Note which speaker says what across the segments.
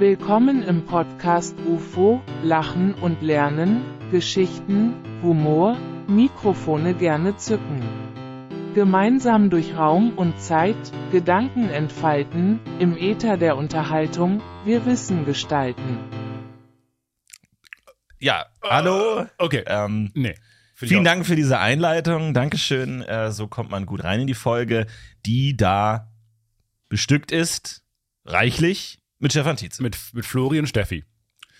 Speaker 1: Willkommen im Podcast UFO, Lachen und Lernen, Geschichten, Humor, Mikrofone gerne zücken. Gemeinsam durch Raum und Zeit, Gedanken entfalten, im Äther der Unterhaltung, wir Wissen gestalten.
Speaker 2: Ja, hallo.
Speaker 3: Äh, Okay.
Speaker 2: Ähm,
Speaker 3: Nee. Finde ich
Speaker 2: vielen
Speaker 3: auch.
Speaker 2: Dank für diese Einleitung. Dankeschön. Äh, so kommt man gut rein in die Folge, die da bestückt ist, reichlich, mit Stefan Tietze.
Speaker 3: Mit, mit Flori und Steffi.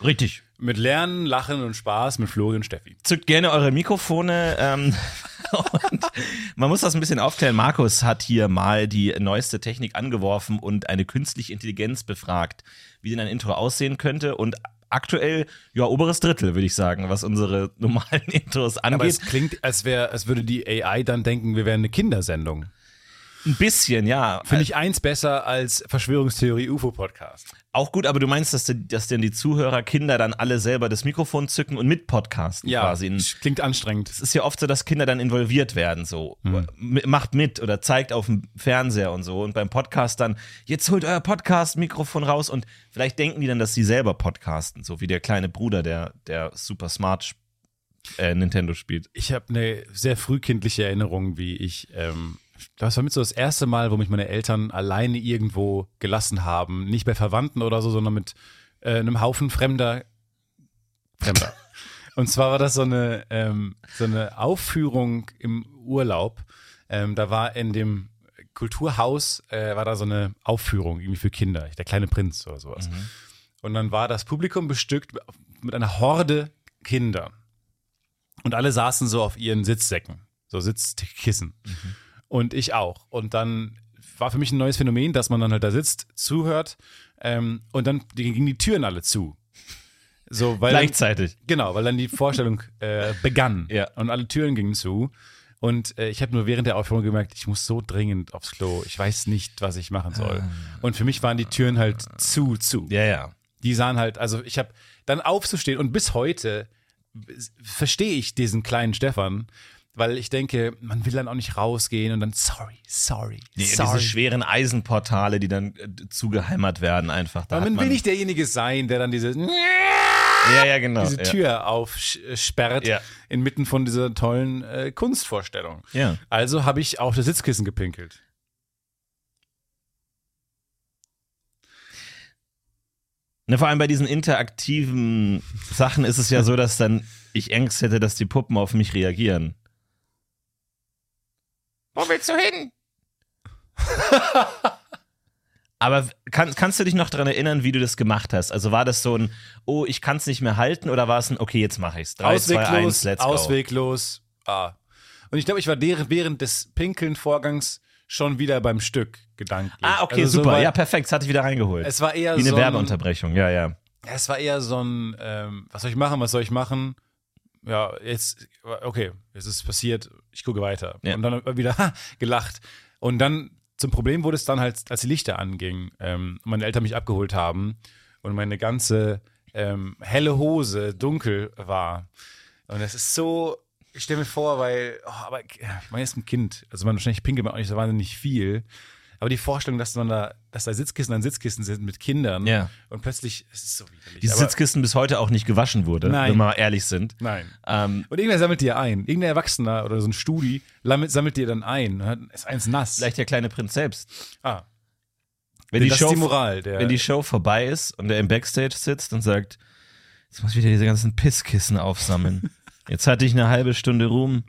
Speaker 2: Richtig.
Speaker 3: Mit Lernen, Lachen und Spaß mit Flori und Steffi.
Speaker 2: Zückt gerne eure Mikrofone. Ähm, und man muss das ein bisschen aufklären. Markus hat hier mal die neueste Technik angeworfen und eine künstliche Intelligenz befragt, wie denn ein Intro aussehen könnte. Und aktuell, ja, oberes Drittel, würde ich sagen, was unsere normalen Intros
Speaker 3: Aber
Speaker 2: angeht.
Speaker 3: es klingt, als, wär, als würde die AI dann denken, wir wären eine Kindersendung.
Speaker 2: Ein bisschen, ja.
Speaker 3: Finde ich eins besser als Verschwörungstheorie UFO-Podcast.
Speaker 2: Auch gut, aber du meinst, dass, die, dass denn die Zuhörer Kinder dann alle selber das Mikrofon zücken und mit Podcasten quasi. Es
Speaker 3: Klingt anstrengend.
Speaker 2: ist ja oft so, dass Kinder dann involviert werden, so.
Speaker 3: Hm.
Speaker 2: M- Macht mit oder zeigt auf dem Fernseher und so. Und beim Podcast dann, jetzt holt euer Podcast-Mikrofon raus und vielleicht denken die dann, dass sie selber podcasten, so wie der kleine Bruder, der, der super smart sp- äh, Nintendo spielt.
Speaker 3: Ich habe eine sehr frühkindliche Erinnerung, wie ich. Ähm, das war mit so das erste Mal, wo mich meine Eltern alleine irgendwo gelassen haben. Nicht bei Verwandten oder so, sondern mit äh, einem Haufen fremder. Fremder. Und zwar war das so eine, ähm, so eine Aufführung im Urlaub. Ähm, da war in dem Kulturhaus, äh, war da so eine Aufführung irgendwie für Kinder, der kleine Prinz oder sowas. Und dann war das Publikum bestückt mit einer Horde Kinder. Und alle saßen so auf ihren Sitzsäcken, so Sitzkissen. Und ich auch. Und dann war für mich ein neues Phänomen, dass man dann halt da sitzt, zuhört ähm, und dann gingen die Türen alle zu. So, weil dann-
Speaker 2: Gleichzeitig.
Speaker 3: Genau, weil dann die Vorstellung äh, begann
Speaker 2: Ja.
Speaker 3: und alle Türen gingen zu. Und äh, ich habe nur während der Aufführung gemerkt, ich muss so dringend aufs Klo. Ich weiß nicht, was ich machen soll. Und für mich waren die Türen halt zu, zu.
Speaker 2: Ah. Ja, ja.
Speaker 3: Die sahen halt, also ich habe dann aufzustehen und bis heute s- verstehe ich diesen kleinen Stefan, weil ich denke, man will dann auch nicht rausgehen und dann sorry, sorry,
Speaker 2: Nee, diese
Speaker 3: sorry.
Speaker 2: schweren Eisenportale, die dann äh, zugeheimert werden, einfach. Da
Speaker 3: Aber
Speaker 2: hat
Speaker 3: man will
Speaker 2: man,
Speaker 3: nicht derjenige sein, der dann diese
Speaker 2: ja, ja, genau.
Speaker 3: diese
Speaker 2: ja.
Speaker 3: Tür aufsperrt
Speaker 2: Ja.
Speaker 3: inmitten von dieser tollen äh, Kunstvorstellung.
Speaker 2: Ja.
Speaker 3: Also habe ich auf das Sitzkissen gepinkelt.
Speaker 4: Ne, vor allem bei diesen interaktiven Sachen ist es ja so, dass dann ich Angst hätte, dass die Puppen auf mich reagieren. Wo willst du hin? Aber kann, kannst du dich noch daran erinnern, wie du das gemacht hast? Also war das so ein, oh, ich kann es nicht mehr halten oder war es ein, okay, jetzt mache ich's. Drei, zwei, eins,
Speaker 3: ausweglos,
Speaker 4: let's go.
Speaker 3: ausweglos. Ah. Und ich glaube, ich war der- während des Pinkeln-Vorgangs schon wieder beim Stück gedanklich.
Speaker 4: Ah, okay,
Speaker 3: Also so
Speaker 4: super.
Speaker 3: war-
Speaker 4: ja, perfekt. Das hatte ich wieder reingeholt.
Speaker 3: Es war eher
Speaker 4: Wie eine
Speaker 3: so ein,
Speaker 4: Werbeunterbrechung, ja, ja.
Speaker 3: es war eher so ein, ähm, was soll ich machen, was soll ich machen? Ja, jetzt, okay, es ist passiert, ich gucke weiter.
Speaker 4: Ja.
Speaker 3: Und dann wieder ha, gelacht. Und dann zum Problem wurde es dann halt, als die Lichter angingen, ähm, und meine Eltern mich abgeholt haben und meine ganze ähm, helle Hose dunkel war. Und es ist so, ich stelle mir vor, weil, oh, aber man ist ein Kind, also man wahrscheinlich pinkelt man auch nicht so wahnsinnig viel. Aber die Vorstellung, dass man da, dass da Sitzkissen an Sitzkissen sind mit Kindern
Speaker 4: Ja.
Speaker 3: und plötzlich, es ist so widerlich.
Speaker 4: Die
Speaker 3: aber-
Speaker 4: Sitzkissen bis heute auch nicht gewaschen wurde,
Speaker 3: Nein.
Speaker 4: wenn wir mal ehrlich sind.
Speaker 3: Nein.
Speaker 4: Ähm,
Speaker 3: Und irgendwer sammelt die ja ein. Irgendein Erwachsener oder so ein Studi lammelt- sammelt die ja dann ein. und hat- Ist eins nass.
Speaker 4: Vielleicht der kleine Prinz selbst.
Speaker 3: Ah,
Speaker 4: Wenn die,
Speaker 3: das
Speaker 4: Show,
Speaker 3: ist die Moral. Der,
Speaker 4: wenn die Show vorbei ist und er im Backstage sitzt und sagt, jetzt muss ich wieder diese ganzen Pisskissen aufsammeln. jetzt hatte ich eine halbe Stunde Ruhm.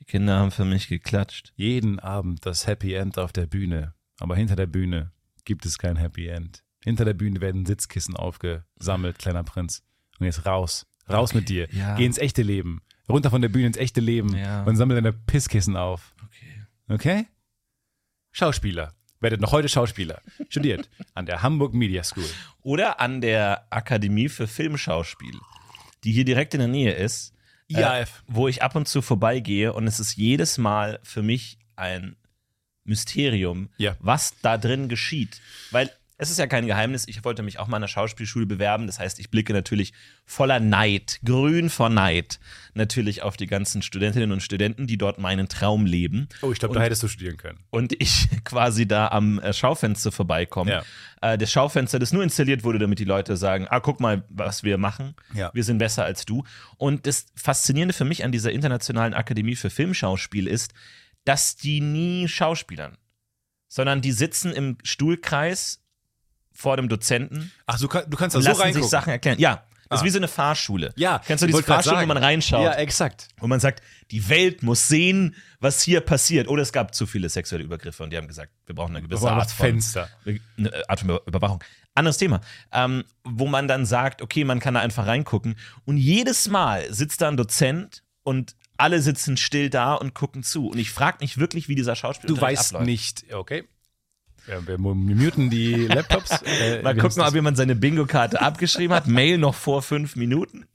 Speaker 4: Die Kinder haben für mich geklatscht.
Speaker 3: jeden Abend das Happy End auf der Bühne. Aber hinter der Bühne gibt es kein Happy End. Hinter der Bühne werden Sitzkissen aufgesammelt, kleiner Prinz. Und jetzt raus. Raus mit dir.
Speaker 4: ja.
Speaker 3: Geh ins echte Leben. Runter von der Bühne ins echte Leben.
Speaker 4: Ja.
Speaker 3: Und sammel deine Pisskissen auf.
Speaker 4: Okay.
Speaker 3: Okay? Schauspieler. Werdet noch heute Schauspieler. Studiert an der Hamburg Media School.
Speaker 4: Oder an der Akademie für Filmschauspiel, die hier direkt in der Nähe ist,
Speaker 2: Äh,
Speaker 3: IAF.
Speaker 4: wo ich ab und zu vorbeigehe und es ist jedes Mal für mich ein Mysterium,
Speaker 3: Ja.
Speaker 4: was da drin geschieht. Weil
Speaker 2: es ist ja kein Geheimnis, ich wollte mich auch mal an der Schauspielschule bewerben. Das heißt, ich blicke natürlich voller Neid, grün vor Neid, natürlich auf die ganzen Studentinnen und Studenten, die dort meinen Traum leben.
Speaker 3: Oh, ich glaube, da hättest du studieren können.
Speaker 2: Und ich quasi da am äh, Schaufenster vorbeikomme.
Speaker 3: Ja.
Speaker 2: Äh, das Schaufenster, das nur installiert wurde, damit die Leute sagen, ah, guck mal, was wir machen.
Speaker 3: Ja.
Speaker 2: Wir sind besser als du. Und das Faszinierende für mich an dieser Internationalen Akademie für Filmschauspiel ist, dass die nie schauspielern, sondern die sitzen im Stuhlkreis vor dem Dozenten
Speaker 3: Ach, du, kann, du kannst
Speaker 2: und
Speaker 3: da Also so
Speaker 2: lassen
Speaker 3: reingucken.
Speaker 2: sich Sachen erklären. Ja, das ist
Speaker 3: Ah.
Speaker 2: wie so eine Fahrschule.
Speaker 3: ja,
Speaker 2: Kennst du
Speaker 3: ich
Speaker 2: diese
Speaker 3: wollte grad
Speaker 2: Fahrschule, wo
Speaker 3: sagen.
Speaker 2: man reinschaut?
Speaker 3: Ja, exakt.
Speaker 2: wo man sagt, die Welt muss sehen, was hier passiert. Oder es gab zu viele sexuelle Übergriffe und die haben gesagt, wir brauchen eine gewisse
Speaker 3: Aber
Speaker 2: Art
Speaker 3: das
Speaker 2: von
Speaker 3: Fenster.
Speaker 2: eine Art von Über- Überwachung. Anderes Thema, ähm, wo man dann sagt, okay, man kann da einfach reingucken. Und jedes Mal sitzt da ein Dozent und alle sitzen still da und gucken zu. Und ich frage mich wirklich, wie dieser Schauspieler
Speaker 3: Du weißt
Speaker 2: abläuft.
Speaker 3: nicht, okay. Ja, wir mu- wir muten die Laptops. Äh,
Speaker 2: Mal
Speaker 3: wir
Speaker 2: gucken,
Speaker 3: müssen-
Speaker 2: ob jemand seine Bingo-Karte abgeschrieben hat. Mail noch vor fünf Minuten.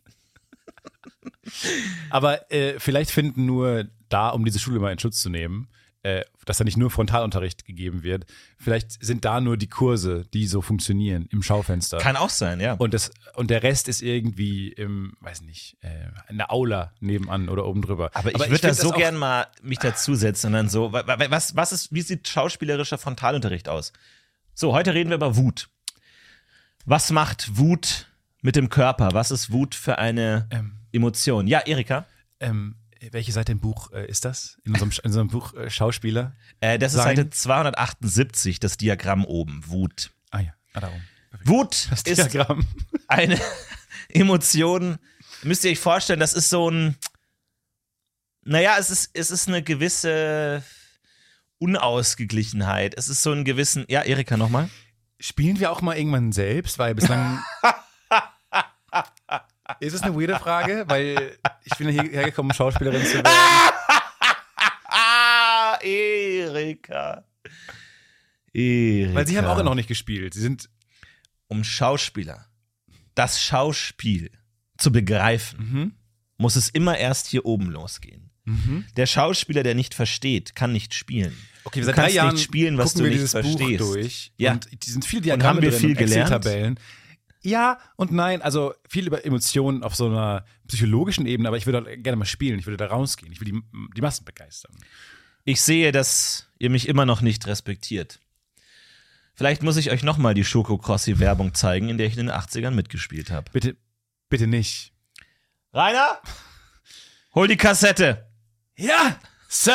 Speaker 3: Aber äh, vielleicht finden nur da, um diese Schule mal in Schutz zu nehmen, äh, dass da nicht nur Frontalunterricht gegeben wird, vielleicht sind da nur die Kurse, die so funktionieren im Schaufenster.
Speaker 2: Kann auch sein, ja.
Speaker 3: und, das, und der Rest ist irgendwie im, weiß nicht, äh, in der Aula nebenan oder oben drüber.
Speaker 2: Aber ich würde da
Speaker 3: find
Speaker 2: so
Speaker 3: auch-
Speaker 2: gern mal mich dazusetzen und dann so, wa- wa- was, was ist, wie sieht schauspielerischer Frontalunterricht aus? So, heute reden wir über Wut. Was macht Wut mit dem Körper? Was ist Wut für eine
Speaker 3: Ähm.
Speaker 2: Emotion? Ja, Erika,
Speaker 3: Ähm, welche Seite im Buch äh, ist das? In unserem, in unserem Buch äh, Schauspieler?
Speaker 2: äh, das ist
Speaker 3: Sein-
Speaker 2: Seite 278, das Diagramm oben, Wut.
Speaker 3: Ah ja, ah, darum.
Speaker 2: Wut ist
Speaker 3: Diagramm.
Speaker 2: eine Emotion, müsst ihr euch vorstellen, das ist so ein, naja, es ist, es ist eine gewisse Unausgeglichenheit. Es ist so ein gewissen, ja, Erika nochmal.
Speaker 3: Spielen wir auch mal irgendwann selbst, weil bislang. ist es eine weirde Frage, weil ich bin hier- hierher gekommen, um Schauspielerin zu werden.
Speaker 2: Ah, Erika. Erika.
Speaker 3: Weil sie haben auch noch nicht gespielt. Sie sind.
Speaker 2: Um Schauspieler, das Schauspiel zu begreifen,
Speaker 3: Mhm.
Speaker 2: muss es immer erst hier oben losgehen. Der Schauspieler, der nicht versteht, kann nicht spielen.
Speaker 3: Okay,
Speaker 2: Du
Speaker 3: seit drei
Speaker 2: kannst
Speaker 3: Jahren
Speaker 2: nicht spielen, was
Speaker 3: gucken
Speaker 2: du
Speaker 3: wir
Speaker 2: nicht
Speaker 3: dieses
Speaker 2: verstehst.
Speaker 3: Buch durch.
Speaker 2: Ja.
Speaker 3: Und die sind viele
Speaker 2: haben
Speaker 3: Diagramme
Speaker 2: wir
Speaker 3: drin
Speaker 2: viel
Speaker 3: und
Speaker 2: gelernt?
Speaker 3: Excel-Tabellen. Ja und nein, also viel über Emotionen auf so einer psychologischen Ebene, aber ich würde halt gerne mal spielen, ich würde da rausgehen, ich will die, die Massen begeistern.
Speaker 2: Ich sehe, dass ihr mich immer noch nicht respektiert. Vielleicht muss ich euch nochmal die Schoko-Crossi-Werbung zeigen, in der ich in den 80ern mitgespielt habe.
Speaker 3: Bitte, bitte nicht.
Speaker 2: Rainer, hol die Kassette.
Speaker 3: Ja,
Speaker 2: Sir,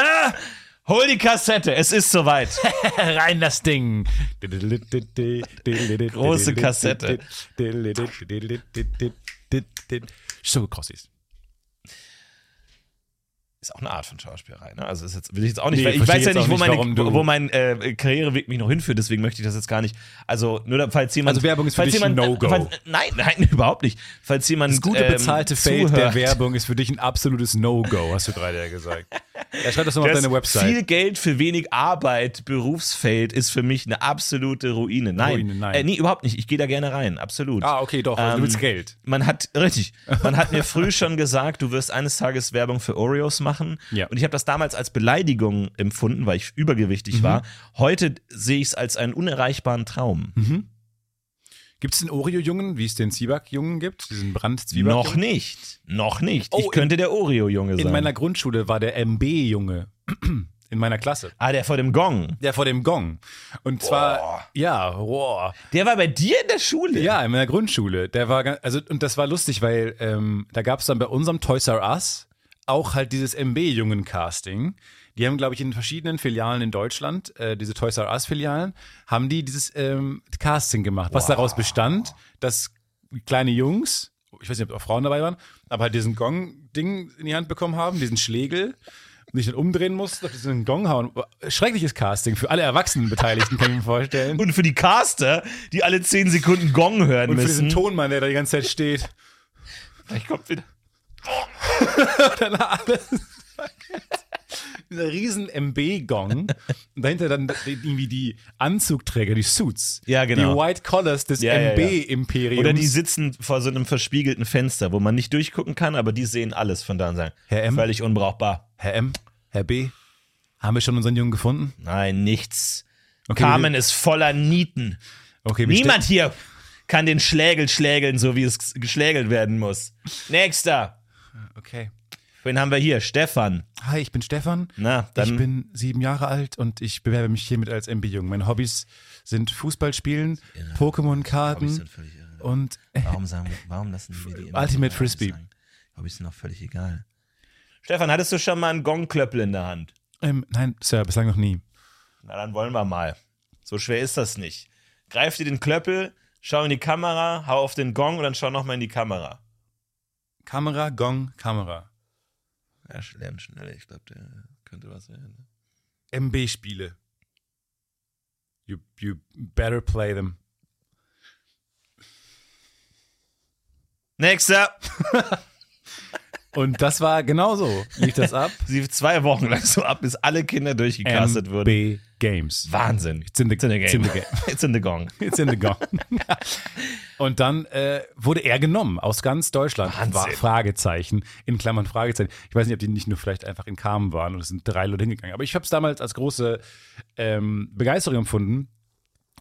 Speaker 2: hol die Kassette. Es ist soweit.
Speaker 3: rein das Ding.
Speaker 2: Große Kassette.
Speaker 3: Schokocrossis.
Speaker 2: Ist auch eine Art von Schauspielerei. Ne? Also ist jetzt, will ich jetzt auch nicht.
Speaker 3: Nee,
Speaker 2: weil ich
Speaker 3: verstehe
Speaker 2: weiß ja nicht,
Speaker 3: jetzt auch
Speaker 2: wo,
Speaker 3: nicht,
Speaker 2: meine,
Speaker 3: warum du-
Speaker 2: wo mein äh, Karriereweg mich noch hinführt. Deswegen möchte ich das jetzt gar nicht. Also nur da- falls jemand.
Speaker 3: Also Werbung ist für
Speaker 2: falls
Speaker 3: dich
Speaker 2: jemand,
Speaker 3: ein No-Go.
Speaker 2: falls- Nein, nein, überhaupt nicht. Falls jemand
Speaker 3: Das gute
Speaker 2: ähm,
Speaker 3: bezahlte Feld der
Speaker 2: zuhört,
Speaker 3: Werbung ist für dich ein absolutes No-Go, hast du gerade ja gesagt. Ja, schreib das nochmal auf
Speaker 2: Das
Speaker 3: deine Website.
Speaker 2: Viel Geld für wenig Arbeit, Berufsfeld ist für mich eine absolute Ruine. Nein,
Speaker 3: Ruine, nein.
Speaker 2: Äh, nee, überhaupt nicht. Ich gehe da gerne rein, absolut.
Speaker 3: ah, okay, doch, also
Speaker 2: Ähm,
Speaker 3: du willst Geld.
Speaker 2: Man hat, richtig, man hat mir früh schon gesagt, du wirst eines Tages Werbung für Oreos machen.
Speaker 3: Ja.
Speaker 2: Und ich habe das damals als Beleidigung empfunden, weil ich übergewichtig
Speaker 3: Mhm.
Speaker 2: war. Heute sehe ich es als einen unerreichbaren Traum.
Speaker 3: Gibt es den Oreo-Jungen, wie es den Zwieback-Jungen gibt? Diesen Brand-Zwieback?
Speaker 2: Noch nicht. Noch nicht.
Speaker 3: Oh,
Speaker 2: ich könnte der Oreo-Junge sein.
Speaker 3: In meiner Grundschule war der MB-Junge in meiner Klasse.
Speaker 2: ah, der vor dem Gong.
Speaker 3: Der vor dem Gong. Und zwar,
Speaker 2: Boah.
Speaker 3: ja, boah.
Speaker 2: Der war bei dir in der Schule.
Speaker 3: Ja, in meiner Grundschule. Der war ganz, also und das war lustig, weil ähm, da gab es dann bei unserem Toys R Us auch halt dieses MB-Jungen-Casting. Die haben, glaube ich, in verschiedenen Filialen in Deutschland, äh, diese Toys R Us-Filialen, haben die dieses ähm, Casting gemacht, was daraus bestand, dass kleine Jungs, ich weiß nicht, ob auch Frauen dabei waren, aber halt diesen Gong-Ding in die Hand bekommen haben, diesen Schlägel. Und ich dann umdrehen musste, auf diesen Gong hauen. Schreckliches Casting für alle erwachsenen Beteiligten, kann ich mir vorstellen.
Speaker 2: Und für die Caster, die alle 10 Sekunden Gong hören
Speaker 3: Und für
Speaker 2: müssen.
Speaker 3: diesen Tonmann, der da die ganze Zeit steht.
Speaker 2: Gleich kommt wieder.
Speaker 3: dieser riesen MB-Gong und dahinter dann irgendwie die Anzugträger, die Suits.
Speaker 2: Ja, genau.
Speaker 3: Die White Collars des
Speaker 2: Ja, ja, ja.
Speaker 3: MB-Imperiums.
Speaker 2: Oder die sitzen vor so einem verspiegelten Fenster, wo man nicht durchgucken kann, aber die sehen alles von da und sagen,
Speaker 3: Herr M.
Speaker 2: völlig unbrauchbar.
Speaker 3: Herr M., Herr B., haben wir schon unseren Jungen gefunden?
Speaker 2: Nein, nichts.
Speaker 3: Okay,
Speaker 2: Carmen ist voller Nieten.
Speaker 3: Okay, wie
Speaker 2: Niemand hier kann den Schlägel schlägeln, so wie es geschlägelt werden muss. Nächster.
Speaker 3: Steht, okay.
Speaker 2: Wen haben wir hier? Stefan.
Speaker 3: Hi, ich bin Stefan.
Speaker 2: Na, dann.
Speaker 3: ich bin sieben Jahre alt und ich bewerbe mich hiermit als MB-Jung. Meine Hobbys sind Fußball spielen,
Speaker 4: Hobbys
Speaker 3: Pokémon-Karten
Speaker 4: sind völlig irre.
Speaker 3: und äh,
Speaker 4: Warum, sagen, wir- warum lassen wir die immer Hobbys
Speaker 3: Ultimate Frisbee.
Speaker 4: sagen? Hobbys sind auch völlig egal.
Speaker 2: Stefan, hattest du schon mal einen Gongklöppel in der Hand?
Speaker 3: ähm, nein, Sir, bislang noch nie.
Speaker 2: Na, dann wollen wir mal. So schwer ist das nicht. Greif dir den Klöppel, schau in die Kamera, hau auf den Gong und dann schau nochmal in die Kamera.
Speaker 3: Kamera, Gong, Kamera.
Speaker 4: Ja, sch- lernt schnell. Ich glaube, der könnte was werden. ne?
Speaker 3: MB-Spiele. You, you better play them.
Speaker 2: Nächster.
Speaker 3: Und das war genauso. Lief das ab?
Speaker 2: Sie zwei Wochen lang so ab, bis alle Kinder durchgecastet wurden.
Speaker 3: MB Games.
Speaker 2: Wahnsinn.
Speaker 3: It's in the,
Speaker 2: It's in the game.
Speaker 3: It's in the game.
Speaker 2: It's in the gong.
Speaker 3: It's in the gong. Und dann äh, wurde er genommen aus ganz Deutschland.
Speaker 2: Wahnsinn.
Speaker 3: War Fragezeichen, in Klammern Fragezeichen. Ich weiß nicht, ob die nicht nur vielleicht einfach in Kamen waren und es sind drei Leute hingegangen. Aber ich habe es damals als große ähm, Begeisterung empfunden.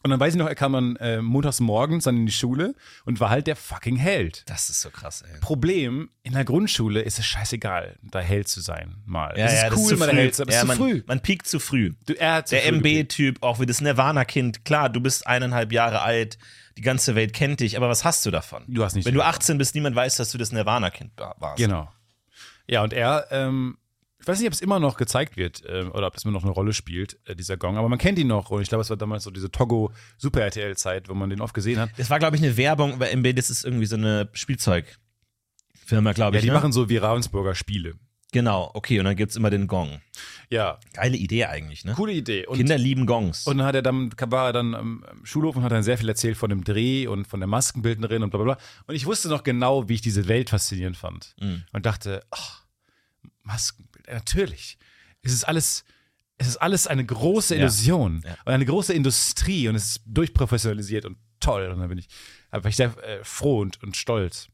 Speaker 3: Und dann weiß ich noch, er kam dann äh, montags morgens dann in die Schule und war halt der fucking Held.
Speaker 4: Das ist so krass, ey.
Speaker 3: Problem, in der Grundschule ist es scheißegal, da Held zu sein mal.
Speaker 2: Ja,
Speaker 3: es ist
Speaker 2: ja, das
Speaker 3: cool,
Speaker 2: ist zu
Speaker 3: mal der
Speaker 2: früh.
Speaker 3: Held zu sein, aber
Speaker 2: ja,
Speaker 3: es ist
Speaker 2: man,
Speaker 3: zu früh.
Speaker 2: man piekt zu früh.
Speaker 3: Du, er hat zu
Speaker 2: Der
Speaker 3: früh gepickt.
Speaker 2: MB-Typ, auch wie das Nirvana-Kind, klar, du bist eineinhalb Jahre alt, die ganze Welt kennt dich, aber was hast du davon?
Speaker 3: Du hast nichts
Speaker 2: Wenn du 18 bist, niemand weiß, dass du das Nirvana-Kind wa- warst.
Speaker 3: Genau. Ja, und er, ähm, ich weiß nicht, ob es immer noch gezeigt wird ähm, oder ob das immer noch eine Rolle spielt, äh, dieser Gong, aber man kennt ihn noch und ich glaube, es war damals so diese Togo Super RTL-Zeit, wo man den oft gesehen hat.
Speaker 2: Das war, glaube ich, eine Werbung bei MB, das ist irgendwie so eine Spielzeugfirma, glaube
Speaker 3: Ja,
Speaker 2: ich.
Speaker 3: die
Speaker 2: ne?
Speaker 3: machen so wie Ravensburger Spiele.
Speaker 2: genau, okay, und dann gibt es immer den Gong.
Speaker 3: Ja,
Speaker 2: Geile Idee eigentlich, ne?
Speaker 3: coole Idee. Und
Speaker 2: Kinder lieben Gongs.
Speaker 3: Und dann hat er dann, war er dann am am Schulhof und hat dann sehr viel erzählt von dem Dreh und von der Maskenbildnerin und bla bla bla. Und ich wusste noch genau, wie ich diese Welt faszinierend fand.
Speaker 2: Hm,
Speaker 3: Und dachte, ach, Maskenbild, natürlich. Es ist alles, es ist alles eine große Illusion und eine große Industrie und es ist durchprofessionalisiert und toll. Und dann bin ich, war ich sehr äh, froh und, und stolz,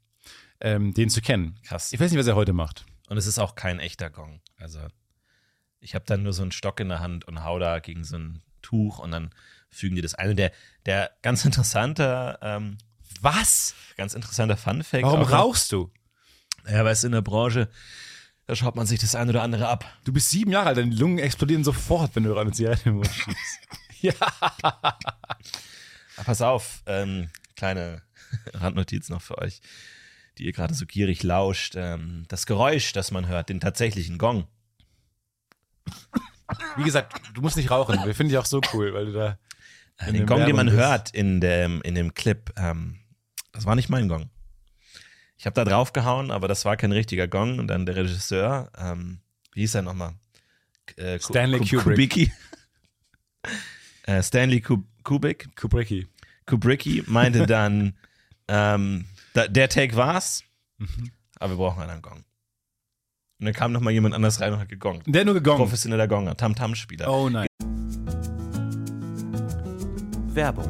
Speaker 3: ähm, den zu kennen.
Speaker 2: Krass.
Speaker 3: Ich weiß nicht, was er heute macht.
Speaker 2: Und es ist auch kein echter Gong. Also ich habe dann nur so einen Stock in der Hand und hau da gegen so ein Tuch und dann fügen die das ein. Und der, der ganz interessanter, ähm,
Speaker 3: Was?
Speaker 2: ganz interessanter Funfact.
Speaker 3: Warum
Speaker 2: auch-
Speaker 3: rauchst du?
Speaker 2: Ja, weißt du, in der Branche, da schaut man sich das ein oder andere ab.
Speaker 3: Du bist sieben Jahre alt, deine Lungen explodieren sofort, wenn du eine Zigarette im Mund schiebst.
Speaker 2: Ah, Pass auf, ähm, kleine Randnotiz noch für euch, die ihr gerade so gierig lauscht. Ähm, das Geräusch, das man hört, den tatsächlichen Gong.
Speaker 3: Wie gesagt, du musst nicht rauchen. Wir finden dich auch so cool, weil du da.
Speaker 2: Äh, den
Speaker 3: in der
Speaker 2: Gong, den
Speaker 3: Werbung
Speaker 2: man
Speaker 3: bist.
Speaker 2: hört in dem, in dem Clip, ähm, das war nicht mein Gong. Ich habe da draufgehauen, aber das war kein richtiger Gong. Und dann der Regisseur, ähm, wie hieß er nochmal? K- äh, Ku-
Speaker 3: Stanley
Speaker 2: Ku-
Speaker 3: Kubrick.
Speaker 2: Kubicki. äh, Stanley Kub Kubik,
Speaker 3: Kubricki.
Speaker 2: Kubricki meinte dann, ähm, da, der Take war's,
Speaker 5: Mhm.
Speaker 2: aber wir brauchen einen anderen Gong. Und dann kam nochmal jemand anders rein und hat gegongt.
Speaker 3: Der hat nur gegongt.
Speaker 2: Professioneller Gonger, Tam-Tam-Spieler.
Speaker 3: Oh nein.
Speaker 5: Werbung.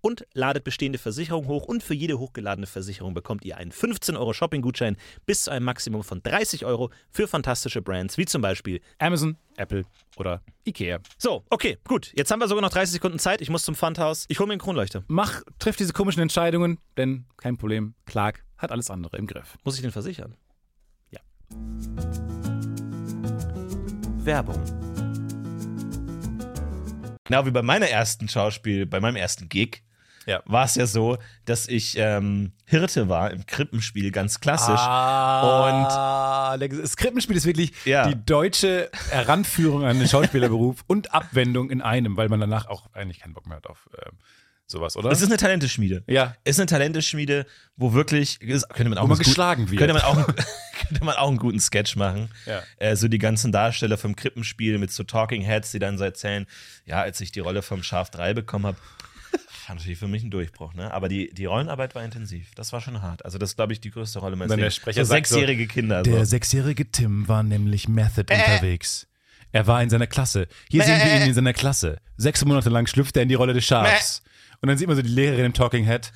Speaker 5: und ladet bestehende Versicherungen hoch. Und für jede hochgeladene Versicherung bekommt ihr einen 15-Euro-Shopping-Gutschein bis zu einem Maximum von 30 Euro für fantastische Brands wie zum Beispiel.
Speaker 3: Amazon, Apple oder Ikea.
Speaker 5: So, okay, gut. Jetzt haben wir sogar noch 30 Sekunden Zeit. Ich muss zum Pfandhaus. Ich hole mir einen Kronleuchter.
Speaker 3: Mach, triff diese komischen Entscheidungen, denn kein Problem, Clark hat alles andere im Griff.
Speaker 5: Muss ich den versichern? Ja. Werbung.
Speaker 2: Genau wie bei meiner ersten Schauspiel, bei meinem ersten Gig,
Speaker 3: Ja.
Speaker 2: war es ja so, dass ich ähm, Hirte war im Krippenspiel, ganz klassisch.
Speaker 3: Ah, und das Krippenspiel ist wirklich
Speaker 2: Ja.
Speaker 3: die deutsche Heranführung an den Schauspielerberuf und Abwendung in einem, weil man danach auch eigentlich keinen Bock mehr hat auf ähm, sowas, oder?
Speaker 2: Es ist eine Talenteschmiede.
Speaker 3: ja.
Speaker 2: Ist eine Talenteschmiede, wo wirklich, ist- könnte man auch,
Speaker 3: Wo man
Speaker 2: einen gut-
Speaker 3: geschlagen wird.
Speaker 2: könnte man auch, einen- könnte man auch einen guten Sketch machen.
Speaker 3: Ja.
Speaker 2: Äh, so die ganzen Darsteller vom Krippenspiel mit so Talking Heads, die dann so erzählen, ja, als ich die Rolle vom Schaf 3 bekommen habe, war natürlich für mich ein Durchbruch, ne? Aber die, die Rollenarbeit war intensiv. Das war schon hart. Also, das ist, glaube ich, die größte Rolle meines
Speaker 3: Wenn der
Speaker 2: Lebens.
Speaker 3: Sprecher
Speaker 2: so
Speaker 3: sagt so,
Speaker 2: sechsjährige Kinder.
Speaker 3: Der
Speaker 2: so.
Speaker 3: sechsjährige Tim war nämlich Method unterwegs. Er war in seiner Klasse. Hier sehen wir ihn in seiner Klasse. Sechs Monate lang schlüpft er in die Rolle des Schafs. Und dann sieht man so die Lehrerin im Talking Head.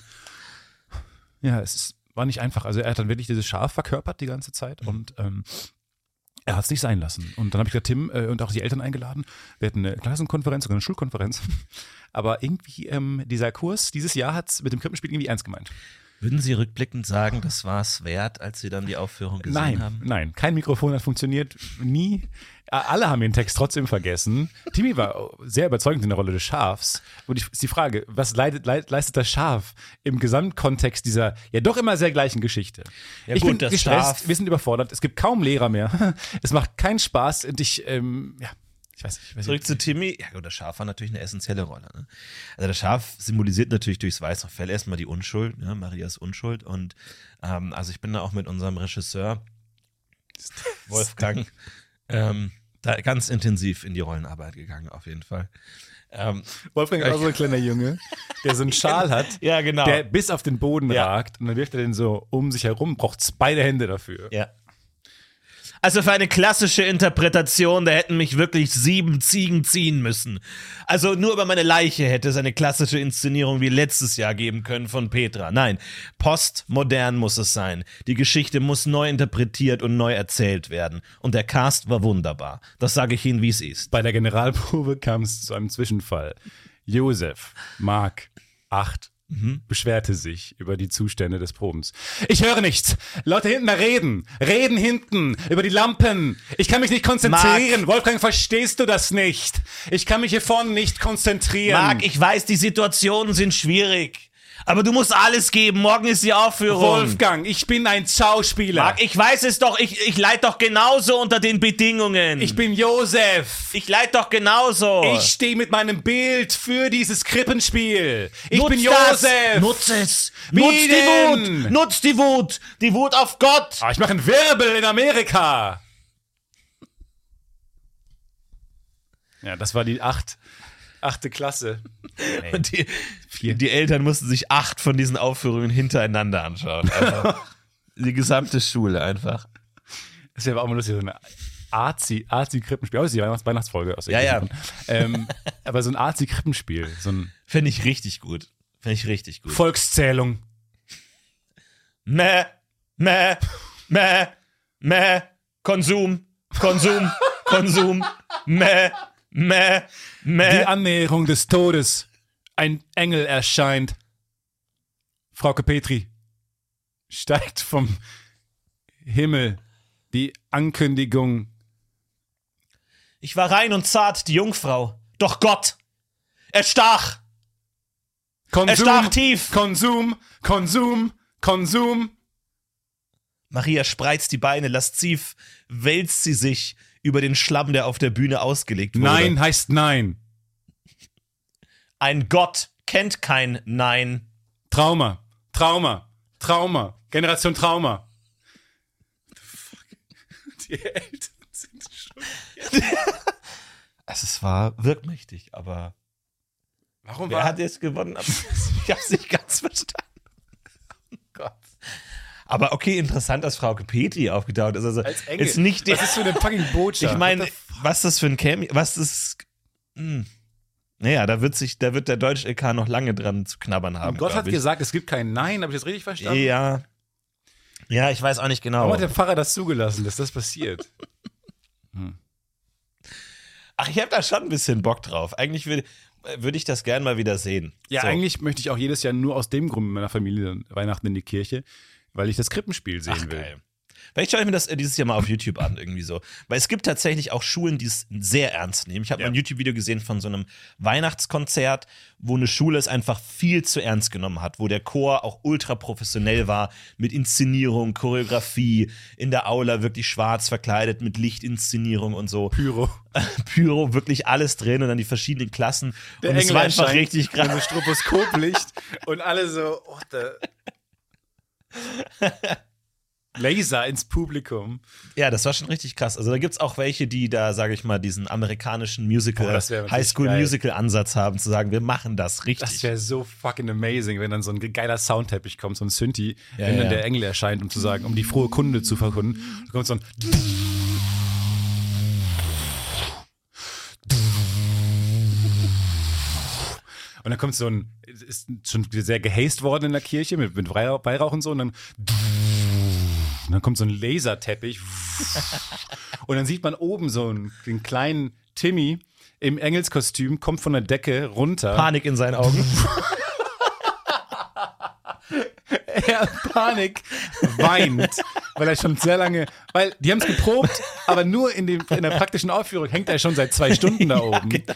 Speaker 3: Ja, es ist, war nicht einfach. Also er hat dann wirklich dieses Schaf verkörpert die ganze Zeit und ähm, er hat es nicht sein lassen. Und dann habe ich gesagt, Tim äh, und auch die Eltern eingeladen. Wir hatten eine Klassenkonferenz oder eine Schulkonferenz. Aber irgendwie ähm, dieser Kurs dieses Jahr hat es mit dem Krippenspiel irgendwie ernst gemeint.
Speaker 2: Würden Sie rückblickend sagen, das war es wert, als Sie dann die Aufführung gesehen
Speaker 3: Nein,
Speaker 2: haben?
Speaker 3: nein, kein Mikrofon hat funktioniert, nie. Äh, Alle haben ihren Text trotzdem vergessen. Timmy war sehr überzeugend in der Rolle des Schafs. Und ich, ist die Frage, was leidet, leid- leistet das Schaf im Gesamtkontext dieser ja doch immer sehr gleichen Geschichte?
Speaker 2: Ja
Speaker 3: ich
Speaker 2: gut,
Speaker 3: bin
Speaker 2: das
Speaker 3: gestresst,
Speaker 2: Schaf-
Speaker 3: wir sind überfordert, es gibt kaum Lehrer mehr. Es macht keinen Spaß und ich, ähm, ja, ich weiß nicht. Ich weiß
Speaker 2: Zurück
Speaker 3: nicht.
Speaker 2: zu Timmy. Ja, gut, das Schaf war natürlich eine essentielle Rolle. Ne? Also das Schaf symbolisiert natürlich durchs weiße Fell erstmal die Unschuld, ne? Marias Unschuld. Und ähm, also ich bin da auch mit unserem Regisseur Wolfgang ähm, da ganz intensiv in die Rollenarbeit gegangen, auf jeden Fall. Ähm,
Speaker 3: Wolfgang war so ein kleiner Junge, der so einen Schal hat.
Speaker 2: ja, genau.
Speaker 3: Der bis auf den Boden
Speaker 2: Ja.
Speaker 3: ragt und dann wirft er den so um sich herum, braucht beide Hände dafür.
Speaker 2: ja. Also für eine klassische Interpretation, da hätten mich wirklich sieben Ziegen ziehen müssen. Also nur über meine Leiche hätte es eine klassische Inszenierung wie letztes Jahr geben können von Petra. Nein, postmodern muss es sein. Die Geschichte muss neu interpretiert und neu erzählt werden. Und der Cast war wunderbar. Das sage ich Ihnen, wie es ist.
Speaker 3: Bei der Generalprobe kam es zu einem Zwischenfall. Josef, Mark, 8,
Speaker 2: Mhm.
Speaker 3: beschwerte sich über die Zustände des Probens. Ich höre nichts. Leute hinten da reden. Reden hinten. Über die Lampen. Ich kann mich nicht konzentrieren. Wolfgang, verstehst du das nicht? Ich kann mich hier vorne nicht konzentrieren.
Speaker 2: Marc, ich weiß, die Situationen sind schwierig. Aber du musst alles geben. Morgen ist die Aufführung.
Speaker 3: Wolfgang, ich bin ein Schauspieler.
Speaker 2: Marc, ich weiß es doch. Ich, ich leid doch genauso unter den Bedingungen.
Speaker 3: ich bin Josef.
Speaker 2: Ich leid doch genauso.
Speaker 3: Ich stehe mit meinem Bild für dieses Krippenspiel. Ich
Speaker 2: Nutz
Speaker 3: bin
Speaker 2: das.
Speaker 3: Josef.
Speaker 2: Nutz es.
Speaker 3: Wie
Speaker 2: Nutz die
Speaker 3: denn?
Speaker 2: Wut. Nutz die Wut. Die Wut auf Gott.
Speaker 3: Ah, ich mache einen Wirbel in Amerika. Ja, das war die acht, achte Klasse.
Speaker 2: Und die, die Eltern mussten sich acht von diesen Aufführungen hintereinander anschauen. Also, die gesamte Schule einfach.
Speaker 3: Das wäre aber auch mal lustig, so eine Arzi, Arzi-Krippenspiel. Oh, das ist die Weihnachts Weihnachtsfolge aus
Speaker 2: Ja, ja.
Speaker 3: irgendeinem Grund. Ähm, aber so ein Arzi-Krippenspiel, so ein
Speaker 2: Finde ich richtig gut. Finde ich richtig gut.
Speaker 3: Volkszählung.
Speaker 2: Mäh, mäh, mäh, mäh, Konsum, Konsum, Konsum, mäh, mäh,
Speaker 3: Die
Speaker 2: mäh.
Speaker 3: Annäherung des Todes. Ein Engel erscheint. Frauke Petri steigt vom Himmel. Die Ankündigung
Speaker 2: Ich war rein und zart, die Jungfrau. Doch Gott, erstach.
Speaker 3: Konsum,
Speaker 2: stach tief.
Speaker 3: Konsum, Konsum, Konsum.
Speaker 2: Maria spreizt die Beine lasziv, wälzt sie sich über den Schlamm, der auf der Bühne ausgelegt wurde.
Speaker 3: Nein heißt Nein.
Speaker 2: Ein Gott kennt kein Nein.
Speaker 3: Trauma, Trauma, Trauma, Generation Trauma. Die Eltern sind schon.
Speaker 2: Also es war wirkmächtig, aber
Speaker 3: Warum
Speaker 2: Wer
Speaker 3: war
Speaker 2: hat jetzt gewonnen? Ich hab's nicht ganz verstanden. Oh Gott. Aber okay, interessant, dass Frau Petri aufgetaucht ist. Also
Speaker 3: Als Engel.
Speaker 2: ist nicht der,
Speaker 3: Was ist für eine fucking Botschaft?
Speaker 2: ich meine, was das für ein Cameo, was das hm. Naja, da wird sich, da wird der Deutsch LK noch lange dran zu knabbern haben.
Speaker 3: Gott
Speaker 2: glaub
Speaker 3: hat
Speaker 2: ich.
Speaker 3: gesagt, es gibt kein Nein. Habe ich das richtig verstanden?
Speaker 2: Ja. Ja, ich weiß auch nicht genau.
Speaker 3: Warum hat der Pfarrer das zugelassen, dass das passiert?
Speaker 2: Ach, ich habe da schon ein bisschen Bock drauf. Eigentlich würde würd ich das gern mal wieder sehen.
Speaker 3: Ja,
Speaker 2: So.
Speaker 3: eigentlich möchte ich auch jedes Jahr nur aus dem Grund mit meiner Familie Weihnachten in die Kirche, weil ich das Krippenspiel sehen
Speaker 2: Ach,
Speaker 3: will.
Speaker 2: geil. Vielleicht schaue ich mir das äh, dieses Jahr mal auf YouTube an, irgendwie so. Weil es gibt tatsächlich auch Schulen, die es sehr ernst nehmen. Ich habe
Speaker 3: Ja.
Speaker 2: mal ein YouTube-Video gesehen von so einem Weihnachtskonzert, wo eine Schule es einfach viel zu ernst genommen hat, wo der Chor auch ultra professionell war, mit Inszenierung, Choreografie, in der Aula wirklich schwarz verkleidet, mit Lichtinszenierung und so.
Speaker 3: Pyro.
Speaker 2: Pyro, wirklich alles drin und dann die verschiedenen Klassen.
Speaker 3: Der
Speaker 2: und
Speaker 3: Engel
Speaker 2: es war einfach
Speaker 3: erscheint
Speaker 2: richtig
Speaker 3: mit
Speaker 2: krass.
Speaker 3: einem Stroboskoplicht und alle so, oh, der Laser ins Publikum.
Speaker 2: Ja, das war schon richtig krass. Also da gibt's auch welche, die da, sage ich mal, diesen amerikanischen Musical, äh,
Speaker 3: Boah, Oh, das wär natürlich geil.
Speaker 2: Highschool-Musical-Ansatz haben, zu sagen, wir machen das richtig.
Speaker 3: Das wäre so fucking amazing, wenn dann so ein geiler Soundteppich kommt, so ein Synthi,
Speaker 2: Ja,
Speaker 3: wenn
Speaker 2: ja,
Speaker 3: dann
Speaker 2: ja.
Speaker 3: der Engel erscheint, um zu sagen, um die frohe Kunde zu verkünden. Da kommt so ein Und dann kommt so ein, es ist schon sehr gehaced worden in der Kirche mit, mit Weihrauch Weihrauch und so und dann und dann kommt so ein Laserteppich und dann sieht man oben so einen, den kleinen Timmy im Engelskostüm, kommt von der Decke runter.
Speaker 2: Panik in seinen Augen.
Speaker 3: er in Panik weint, weil er schon sehr lange, weil die haben es geprobt, aber nur in, dem, in der praktischen Aufführung hängt er schon seit zwei Stunden da oben.
Speaker 2: genau.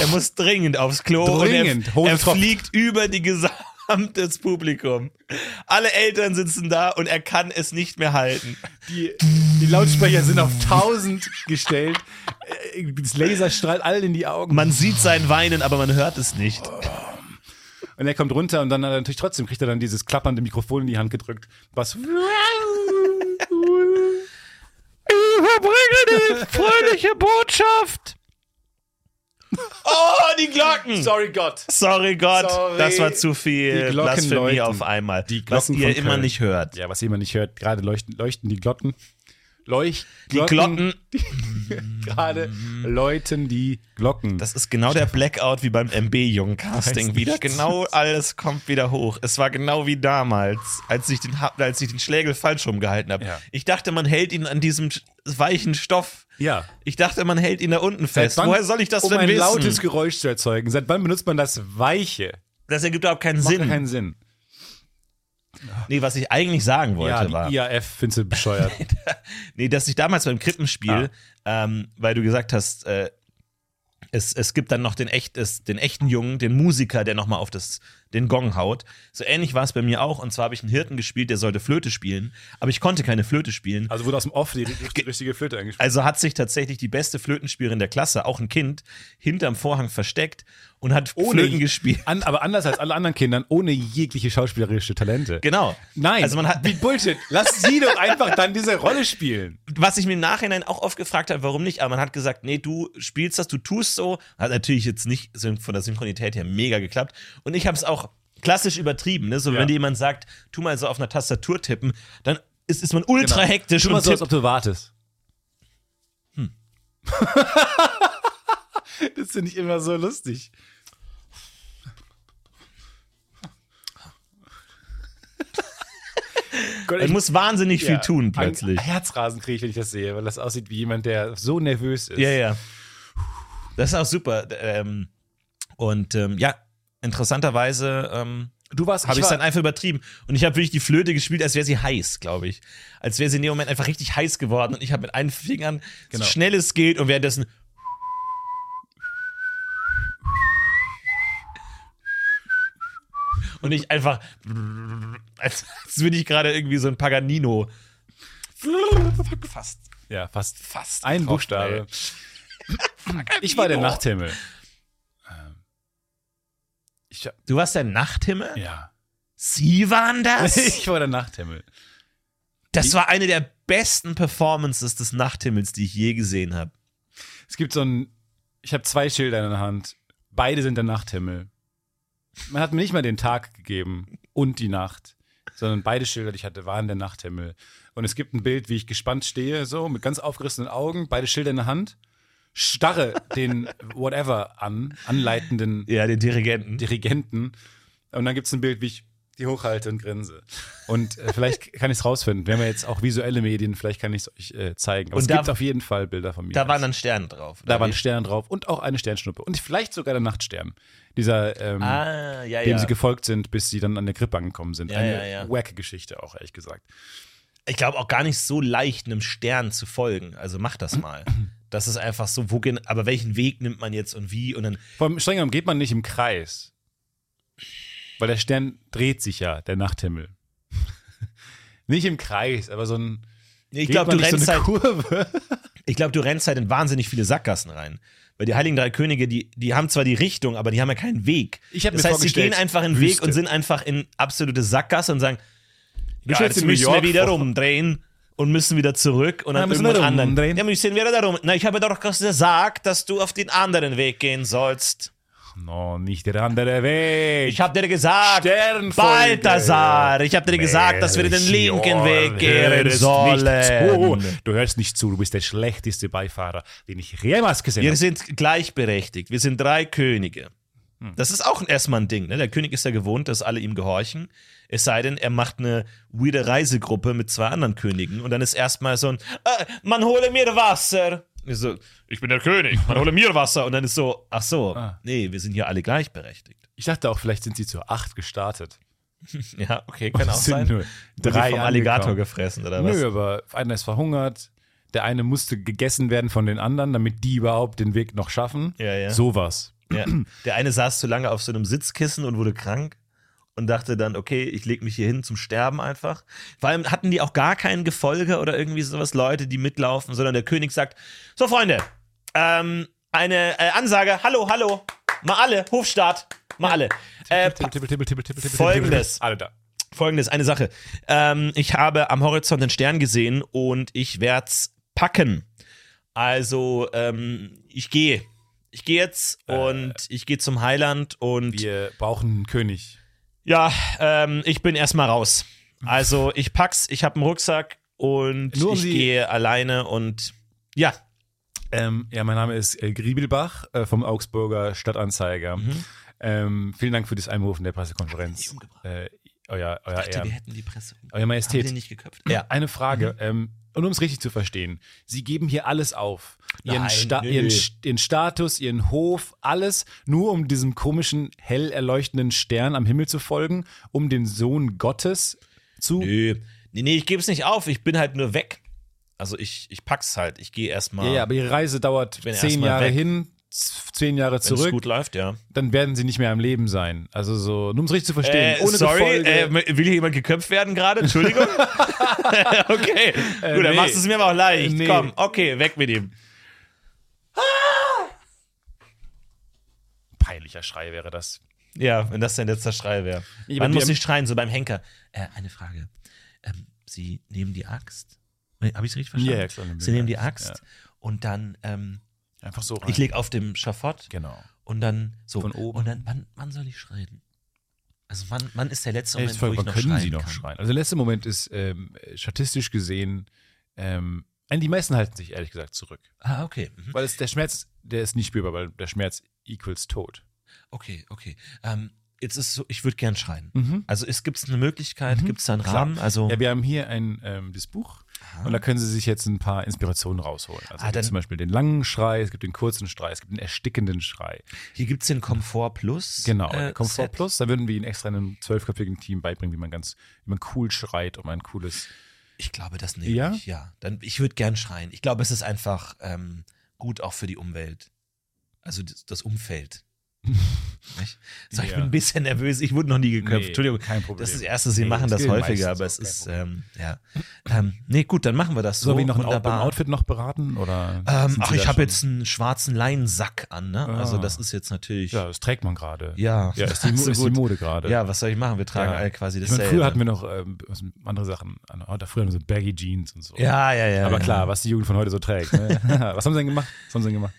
Speaker 2: er muss dringend aufs Klo.
Speaker 3: Dringend.
Speaker 2: Und
Speaker 3: Hose
Speaker 2: er er
Speaker 3: tropft.
Speaker 2: fliegt über die gesamte Publikum. Alle Eltern sitzen da und er kann es nicht mehr halten.
Speaker 3: Die, die Lautsprecher sind auf 1000 gestellt, Äh, das Laser strahlt allen in die Augen
Speaker 2: Man sieht sein Weinen, aber man hört es nicht.
Speaker 3: und er kommt runter und dann hat er natürlich trotzdem kriegt er dann dieses klappernde Mikrofon in die Hand gedrückt, was
Speaker 2: Überbringe die fröhliche Botschaft. Oh, die Glocken.
Speaker 3: Sorry Gott.
Speaker 2: Sorry Gott,
Speaker 3: Sorry.
Speaker 2: das war zu viel
Speaker 3: Die Glocken
Speaker 2: Blasphemie
Speaker 3: läuten.
Speaker 2: auf einmal,
Speaker 3: Die
Speaker 2: was
Speaker 3: Glocken
Speaker 2: ihr
Speaker 3: von
Speaker 2: immer
Speaker 3: Köln.
Speaker 2: nicht hört.
Speaker 3: Ja, was jemand nicht hört, gerade leuchten, leuchten die Glocken. Leuch,
Speaker 2: Die Glocken,
Speaker 3: Gerade läuten die Glocken.
Speaker 2: das ist genau der Blackout wie beim MB-Jungen-Casting wieder. Genau alles kommt wieder hoch. Es war genau wie damals, als ich den, hab- als ich den Schlägel falsch rumgehalten habe.
Speaker 3: Ja.
Speaker 2: Ich dachte, man hält ihn an diesem sch- weichen Stoff.
Speaker 3: ja.
Speaker 2: Ich dachte, man hält ihn da unten fest.
Speaker 3: wann-
Speaker 2: Woher soll ich das
Speaker 3: um
Speaker 2: denn
Speaker 3: ein
Speaker 2: wissen?
Speaker 3: lautes Geräusch zu erzeugen. Seit wann benutzt man das Weiche?
Speaker 2: das ergibt überhaupt keinen
Speaker 3: Macht
Speaker 2: Sinn.
Speaker 3: Sinn. keinen Sinn.
Speaker 2: nee, was ich eigentlich sagen wollte
Speaker 3: Ja, die
Speaker 2: war.
Speaker 3: IAF findest du bescheuert.
Speaker 2: Nee, dass ich damals beim Krippenspiel,
Speaker 3: Ah.
Speaker 2: ähm, weil du gesagt hast, äh, es, es gibt dann noch den, echt, es, den echten Jungen, den Musiker, der nochmal auf das, den Gong haut. So ähnlich war es bei mir auch. Und zwar habe ich einen Hirten gespielt, der sollte Flöte spielen, aber ich konnte keine Flöte spielen.
Speaker 3: Also wurde aus dem Off die, die richtige Flöte eingespielt.
Speaker 2: Also hat sich tatsächlich die beste Flötenspielerin der Klasse, auch ein Kind, hinterm Vorhang versteckt und hat Flöten gespielt.
Speaker 3: An, aber anders als alle anderen Kindern, ohne jegliche schauspielerische Talente.
Speaker 2: Genau.
Speaker 3: Nein,
Speaker 2: Also man hat,
Speaker 3: wie Bullshit. Lass sie doch einfach dann diese Rolle spielen.
Speaker 2: was ich mir im Nachhinein auch oft gefragt habe, warum nicht, aber man hat gesagt, nee, du spielst das, du tust so. Hat natürlich jetzt nicht syn- von der Synchronität her mega geklappt. Und ich habe es auch klassisch übertrieben, ne? So,
Speaker 3: Ja.
Speaker 2: wenn dir jemand sagt, tu mal so auf einer Tastatur tippen, dann ist, ist man ultra hektisch
Speaker 3: Genau. Tu mal
Speaker 2: und
Speaker 3: so, als
Speaker 2: tippt.
Speaker 3: ob du wartest. Hm. das finde ich immer so lustig. Gott,
Speaker 2: Man muss wahnsinnig viel
Speaker 3: ja,
Speaker 2: tun plötzlich.
Speaker 3: Ein Herzrasen kriege ich, wenn ich das sehe, weil das aussieht wie jemand, der so nervös ist.
Speaker 2: Ja, ja. Das ist auch super. Ähm, und ähm, ja, interessanterweise ähm,
Speaker 3: Du warst,
Speaker 2: habe ich es
Speaker 3: war-
Speaker 2: dann einfach übertrieben. Und ich habe wirklich die Flöte gespielt, als wäre sie heiß, glaube ich. Als wäre sie in dem Moment einfach richtig heiß geworden. Und ich habe mit allen Fingern
Speaker 3: Genau.
Speaker 2: so schnell es geht und währenddessen. Und ich einfach, als, als würde ich gerade irgendwie so ein Paganino. Fast,
Speaker 3: ja, fast.
Speaker 2: fast.
Speaker 3: Ein
Speaker 2: getroffen,
Speaker 3: Buchstabe. Ich war der Nachthimmel. Ähm, Ich, hab-
Speaker 2: Du warst der Nachthimmel?
Speaker 3: ja.
Speaker 2: Sie waren das?
Speaker 3: Ich war der Nachthimmel.
Speaker 2: das war eine der besten Performances des Nachthimmels, die ich je gesehen habe.
Speaker 3: Es gibt so ein Ich habe zwei Schilder in der Hand. Beide sind der Nachthimmel. Man hat mir nicht mal den Tag gegeben und die Nacht, sondern beide Schilder, die ich hatte, waren der Nachthimmel. Und es gibt ein Bild, wie ich gespannt stehe, so mit ganz aufgerissenen Augen, beide Schilder in der Hand, starre den whatever an, anleitenden
Speaker 2: Ja, den Dirigenten.
Speaker 3: Dirigenten. Und dann gibt es ein Bild, wie ich die hochhalte und grinse. Und äh, vielleicht kann ich es rausfinden. Wir haben ja jetzt auch visuelle Medien, vielleicht kann ich es euch äh, zeigen. Aber
Speaker 2: Und
Speaker 3: es
Speaker 2: da-
Speaker 3: gibt auf jeden Fall Bilder von mir.
Speaker 2: Da waren dann Sterne drauf.
Speaker 3: Da war ein
Speaker 2: Sterne.
Speaker 3: Stern drauf und auch eine Sternschnuppe. Und vielleicht sogar der Nachtstern. Dieser, ähm,
Speaker 2: Ah, ja,
Speaker 3: dem
Speaker 2: ja.
Speaker 3: sie gefolgt sind, bis sie dann an der Krippe angekommen sind.
Speaker 2: Ja,
Speaker 3: eine
Speaker 2: ja, ja.
Speaker 3: wacke Geschichte auch, ehrlich gesagt.
Speaker 2: Ich glaube auch gar nicht so leicht, einem Stern zu folgen. Also mach das mal. Das ist einfach so, wo, gen- aber welchen Weg nimmt man jetzt und wie? Und dann,
Speaker 3: Vom streng genommen geht man nicht im Kreis. Weil der Stern dreht sich ja, der Nachthimmel. nicht im Kreis, aber so ein.
Speaker 2: Nee, ich
Speaker 3: geht
Speaker 2: glaube,
Speaker 3: man
Speaker 2: du
Speaker 3: nicht
Speaker 2: rennst
Speaker 3: so eine
Speaker 2: halt
Speaker 3: Kurve.
Speaker 2: Ich glaube, du rennst halt in wahnsinnig viele Sackgassen rein. Weil die Heiligen Drei Könige, die, die haben zwar die Richtung, aber die haben ja keinen Weg.
Speaker 3: Ich hab
Speaker 2: das
Speaker 3: mir
Speaker 2: heißt, sie
Speaker 3: vorgestellt,
Speaker 2: gehen einfach in den Weg
Speaker 3: Wüste.
Speaker 2: und sind einfach in absolute Sackgasse und sagen, ja, jetzt
Speaker 3: stellst dir New
Speaker 2: müssen wir
Speaker 3: York
Speaker 2: wieder
Speaker 3: vor.
Speaker 2: rumdrehen und müssen wieder zurück und
Speaker 3: Ja,
Speaker 2: dann
Speaker 3: müssen wir
Speaker 2: irgendwo anderen.
Speaker 3: rumdrehen.
Speaker 2: Ja, müssen wir da rum. Na, ich habe doch gesagt, dass du auf den anderen Weg gehen sollst.
Speaker 3: No, nicht der andere Weg.
Speaker 2: Ich habe dir gesagt,
Speaker 3: Sternfolge.
Speaker 2: Balthasar, ich habe dir gesagt, dass wir den
Speaker 3: Melchior,
Speaker 2: linken Weg gehen
Speaker 3: hörst
Speaker 2: sollen.
Speaker 3: Nicht zu. Du hörst nicht zu, du bist der schlechteste Beifahrer, den ich jemals gesehen
Speaker 2: Wir
Speaker 3: habe.
Speaker 2: sind gleichberechtigt. Wir sind drei Könige. Das ist auch erstmal ein Ding. Ne? Der König ist ja gewohnt, dass alle ihm gehorchen. Es sei denn, er macht eine weirde Reisegruppe mit zwei anderen Königen und dann ist erstmal so ein, äh, man hole mir Wasser. Ich, so, ich bin der König, man hole mir Wasser. Und dann ist so, ach so,
Speaker 3: Ah.
Speaker 2: nee, wir sind hier alle gleichberechtigt.
Speaker 3: Ich dachte auch, vielleicht sind sie zu acht gestartet.
Speaker 2: Ja, okay, kann auch
Speaker 3: Es sind
Speaker 2: sein.
Speaker 3: nur
Speaker 2: Wurde
Speaker 3: drei
Speaker 2: vom Alligator
Speaker 3: angekommen.
Speaker 2: gefressen oder was?
Speaker 3: Nö, aber einer ist verhungert. Der eine musste gegessen werden von den anderen, damit die überhaupt den Weg noch schaffen.
Speaker 2: Ja, ja.
Speaker 3: Sowas.
Speaker 2: Ja. Der eine saß zu lange auf so einem Sitzkissen und wurde krank und dachte dann, okay, ich lege mich hier hin zum Sterben einfach. Vor allem hatten die auch gar keinen Gefolge oder irgendwie sowas, Leute, die mitlaufen, sondern der König sagt, so Freunde, ähm, eine äh, Ansage, hallo, hallo, mal alle, Hofstaat, mal alle. Äh, pa-
Speaker 3: tippel, tippel, tippel, tippel, tippel,
Speaker 2: Folgendes.
Speaker 3: tippel. Alle da.
Speaker 2: Folgendes, eine Sache. Ähm, ich habe am Horizont den Stern gesehen und ich werd's packen. Also, ähm, ich gehe. Ich gehe jetzt und ich gehe zum Heiland und
Speaker 3: Wir brauchen einen König.
Speaker 2: ja, ähm, ich bin erstmal raus. Also ich pack's, ich hab einen Rucksack und
Speaker 3: Nur um
Speaker 2: ich
Speaker 3: die-
Speaker 2: gehe alleine und ja,
Speaker 3: Ähm, ja, mein Name ist äh, Griebelbach äh, vom Augsburger Stadtanzeiger.
Speaker 2: Mhm.
Speaker 3: Ähm, vielen Dank für das Einberufen der Pressekonferenz. Äh, euer, euer, Ehren.
Speaker 2: hätten die Presse
Speaker 3: euer Majestät.
Speaker 2: nicht geköpft.
Speaker 3: Ja, Äh, eine Frage.
Speaker 2: Mhm.
Speaker 3: Ähm, und um es richtig zu verstehen, Sie geben hier alles auf. Ihren,
Speaker 2: Nein,
Speaker 3: Sta
Speaker 2: nö,
Speaker 3: ihren,
Speaker 2: nö.
Speaker 3: St- ihren Status, Ihren Hof, alles, nur um diesem komischen, hell erleuchtenden Stern am Himmel zu folgen, um den Sohn Gottes zu.
Speaker 2: Nö. Nee, nee, ich geb's nicht auf, ich bin halt nur weg. Also ich, ich pack's halt, ich gehe erstmal,
Speaker 3: Ja, ja, aber Ihre Reise dauert
Speaker 2: bin
Speaker 3: zehn
Speaker 2: erstmal
Speaker 3: Jahre
Speaker 2: weg.
Speaker 3: hin, z- zehn Jahre
Speaker 2: wenn es
Speaker 3: zurück,
Speaker 2: gut läuft, ja.
Speaker 3: dann werden Sie nicht mehr am Leben sein. Also so, nur um es richtig zu verstehen.
Speaker 2: Äh,
Speaker 3: ohne
Speaker 2: sorry,
Speaker 3: Gefolge.
Speaker 2: äh, will hier jemand geköpft werden gerade? Entschuldigung. okay, gut, dann
Speaker 3: Äh, nee. Äh,
Speaker 2: machst du es mir aber auch leicht.
Speaker 3: Nee.
Speaker 2: Komm, okay, weg mit ihm.
Speaker 3: peinlicher Schrei wäre das.
Speaker 2: Ja, wenn das dein letzter Schrei wäre.
Speaker 3: Ja,
Speaker 2: Man
Speaker 3: aber
Speaker 2: muss
Speaker 3: wir-
Speaker 2: nicht schreien, so beim Henker. Äh, eine Frage. Ähm, Sie nehmen die Axt. Habe ich es richtig verstanden?
Speaker 3: Ja, klar, nehmen
Speaker 2: Sie
Speaker 3: die
Speaker 2: nehmen die
Speaker 3: Axt,
Speaker 2: Axt und dann, ähm,
Speaker 3: Einfach so rein.
Speaker 2: ich lege auf dem Schafott
Speaker 3: genau.
Speaker 2: und dann so.
Speaker 3: Von oben.
Speaker 2: Und dann, wann, wann soll ich schreien? Also wann, wann ist der letzte
Speaker 3: Ey,
Speaker 2: Moment,
Speaker 3: ist
Speaker 2: wo
Speaker 3: voll,
Speaker 2: ich
Speaker 3: wann
Speaker 2: noch
Speaker 3: können
Speaker 2: schreien
Speaker 3: sie noch
Speaker 2: kann?
Speaker 3: schreien? Also der letzte Moment ist ähm, statistisch gesehen, ähm, eigentlich die meisten halten sich ehrlich gesagt zurück.
Speaker 2: Ah, okay. Mhm.
Speaker 3: Weil es, der Schmerz, der ist nicht spürbar, weil der Schmerz equals Tod.
Speaker 2: Okay, okay. Ähm, jetzt ist so, ich würde gern schreien. Also es gibt eine Möglichkeit, gibt es da einen
Speaker 3: Mhm. Klar.
Speaker 2: Rahmen? Also
Speaker 3: Ja, wir haben hier ein ähm, das Buch und da können Sie sich jetzt ein paar Inspirationen rausholen. Also
Speaker 2: Ah,
Speaker 3: es gibt
Speaker 2: dann-
Speaker 3: zum Beispiel den langen Schrei, es gibt den kurzen Schrei, es gibt den erstickenden Schrei.
Speaker 2: hier gibt es den Komfort Plus.
Speaker 3: Genau,
Speaker 2: äh,
Speaker 3: der Komfort
Speaker 2: Set.
Speaker 3: Plus, da würden wir Ihnen extra in einem zwölfköpfigen Team beibringen, wie man ganz, wie man cool schreit, um ein cooles
Speaker 2: Ich glaube, das nehme
Speaker 3: Ja?
Speaker 2: ich, ja. Dann, ich würde gern schreien. Ich glaube, es ist einfach ähm, gut auch für die Umwelt. Also das, das Umfeld. Nicht? so, ich
Speaker 3: Ja.
Speaker 2: bin ein bisschen nervös. Ich wurde noch nie geköpft.
Speaker 3: Nee,
Speaker 2: Entschuldigung.
Speaker 3: kein Problem.
Speaker 2: Das ist das Erste, Sie
Speaker 3: Nee,
Speaker 2: machen
Speaker 3: das
Speaker 2: das
Speaker 3: geht
Speaker 2: häufiger,
Speaker 3: meistens
Speaker 2: aber es
Speaker 3: so, kein
Speaker 2: ist, ähm, ja. Ähm, nee, gut, dann machen wir das so.
Speaker 3: Sollen wir noch ein Out- beim
Speaker 2: Wunderbar.
Speaker 3: Outfit noch beraten? Oder
Speaker 2: Ähm,
Speaker 3: sind
Speaker 2: ach,
Speaker 3: Sie
Speaker 2: ich
Speaker 3: da
Speaker 2: habe
Speaker 3: schon-
Speaker 2: jetzt einen schwarzen Leinensack an, ne? Also
Speaker 3: Ah.
Speaker 2: das ist jetzt natürlich.
Speaker 3: Ja, das trägt man gerade.
Speaker 2: Ja.
Speaker 3: ja ist, die, Mo-
Speaker 2: So
Speaker 3: ist die
Speaker 2: gut.
Speaker 3: Mode gerade.
Speaker 2: Ja, was soll ich machen? Wir tragen
Speaker 3: Ja.
Speaker 2: alle quasi ne?
Speaker 3: Ich
Speaker 2: dasselbe.
Speaker 3: meine, früher hatten wir noch ähm, was- andere Sachen. an. Oh, da früher hatten wir so Baggy Jeans und so.
Speaker 2: ja, ja, ja.
Speaker 3: Aber
Speaker 2: ja.
Speaker 3: klar, was die Jugend von heute so trägt. Ne? was haben sie denn gemacht? Was haben sie denn gemacht?